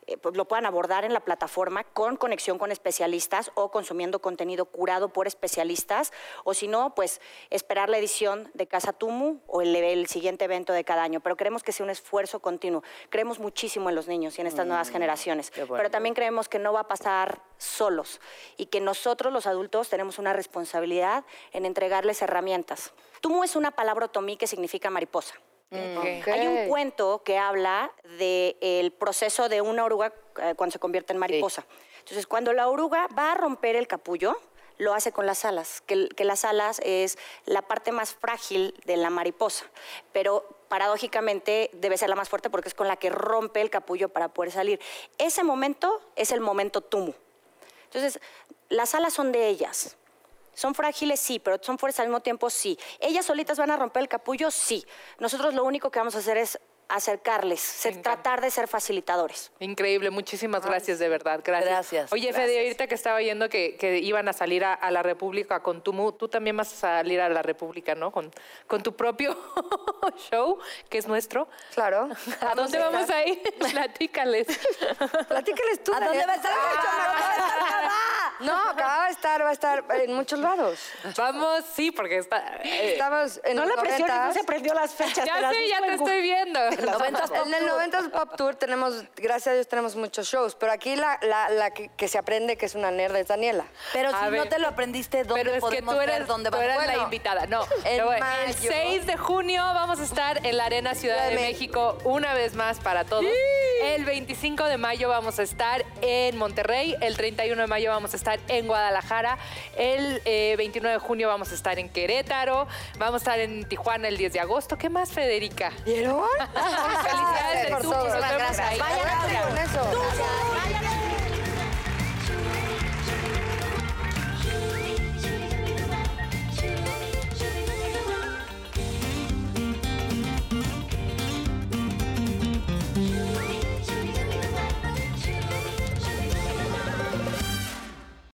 [SPEAKER 11] eh, pues, lo puedan abordar en la plataforma con conexión con especialistas o consumiendo contenido curado por especialistas, o si no, pues esperar la edición de Casa Tumu o el, el siguiente evento de cada año. Pero creemos que sea un esfuerzo continuo. Creemos muchísimo en los niños y en estas nuevas generaciones, pero también creemos que no va a pasar solos y que nosotros los adultos tenemos una responsabilidad en entregarles herramientas. Tumu es una palabra otomí que significa mariposa.
[SPEAKER 2] Ok.
[SPEAKER 11] Hay un cuento que habla del proceso de una oruga eh, cuando se convierte en mariposa. Entonces, cuando la oruga va a romper el capullo, lo hace con las alas, que, l- que las alas es la parte más frágil de la mariposa, pero paradójicamente debe ser la más fuerte porque es con la que rompe el capullo para poder salir. Ese momento es el momento tumu. Entonces, las alas son de ellas. Son frágiles, sí, pero son fuertes al mismo tiempo, sí. Ellas solitas van a romper el capullo, sí. Nosotros lo único que vamos a hacer es acercarles, ser- tratar de ser facilitadores.
[SPEAKER 1] Increíble, muchísimas gracias de verdad, gracias.
[SPEAKER 11] Gracias,
[SPEAKER 1] Oye, Fede, ahorita que estaba oyendo que, que iban a salir a, a la República con Tumu, tú también vas a salir a la República, ¿no? Con, con tu propio show, que es nuestro.
[SPEAKER 2] Claro.
[SPEAKER 1] ¿A dónde vamos a ir? Platícales.
[SPEAKER 2] Platícales tú. ¿A dónde va a estar el No, acá va a estar, va a estar en muchos lados.
[SPEAKER 1] Vamos, sí, porque está... eh,
[SPEAKER 2] Estamos en
[SPEAKER 1] No
[SPEAKER 2] los
[SPEAKER 1] la presiones, no se
[SPEAKER 2] aprendió las
[SPEAKER 1] fechas, Ya te las sé, ya dijo te en Google. estoy viendo. En las
[SPEAKER 2] En el 90s Pop Tour tenemos, gracias a Dios, tenemos muchos shows, pero aquí la, la- la que, que se aprende que es una nerd es Daniela.
[SPEAKER 3] Pero si
[SPEAKER 2] A
[SPEAKER 3] no
[SPEAKER 2] ver.
[SPEAKER 3] te lo aprendiste, ¿dónde
[SPEAKER 1] Pero es que
[SPEAKER 3] podemos
[SPEAKER 1] tú eres,
[SPEAKER 3] ver dónde
[SPEAKER 1] tú
[SPEAKER 3] vas?
[SPEAKER 1] eres la
[SPEAKER 3] Bueno,
[SPEAKER 1] invitada. No,
[SPEAKER 3] en
[SPEAKER 1] pero bueno, el
[SPEAKER 3] mayo.
[SPEAKER 1] 6 de junio vamos a estar en la Arena Ciudad de México una vez más para todos. El 25 de mayo vamos a estar en Monterrey. El 31 de mayo vamos a estar en Guadalajara. El eh, 29 de junio vamos a estar en Querétaro. Vamos a estar en Tijuana el 10 de agosto. ¿Qué más, Felicidades, Federica?
[SPEAKER 2] ¿Vieron?
[SPEAKER 1] Felicidades,
[SPEAKER 2] Por
[SPEAKER 1] tú.
[SPEAKER 2] todo.
[SPEAKER 1] Nos vemos ahí.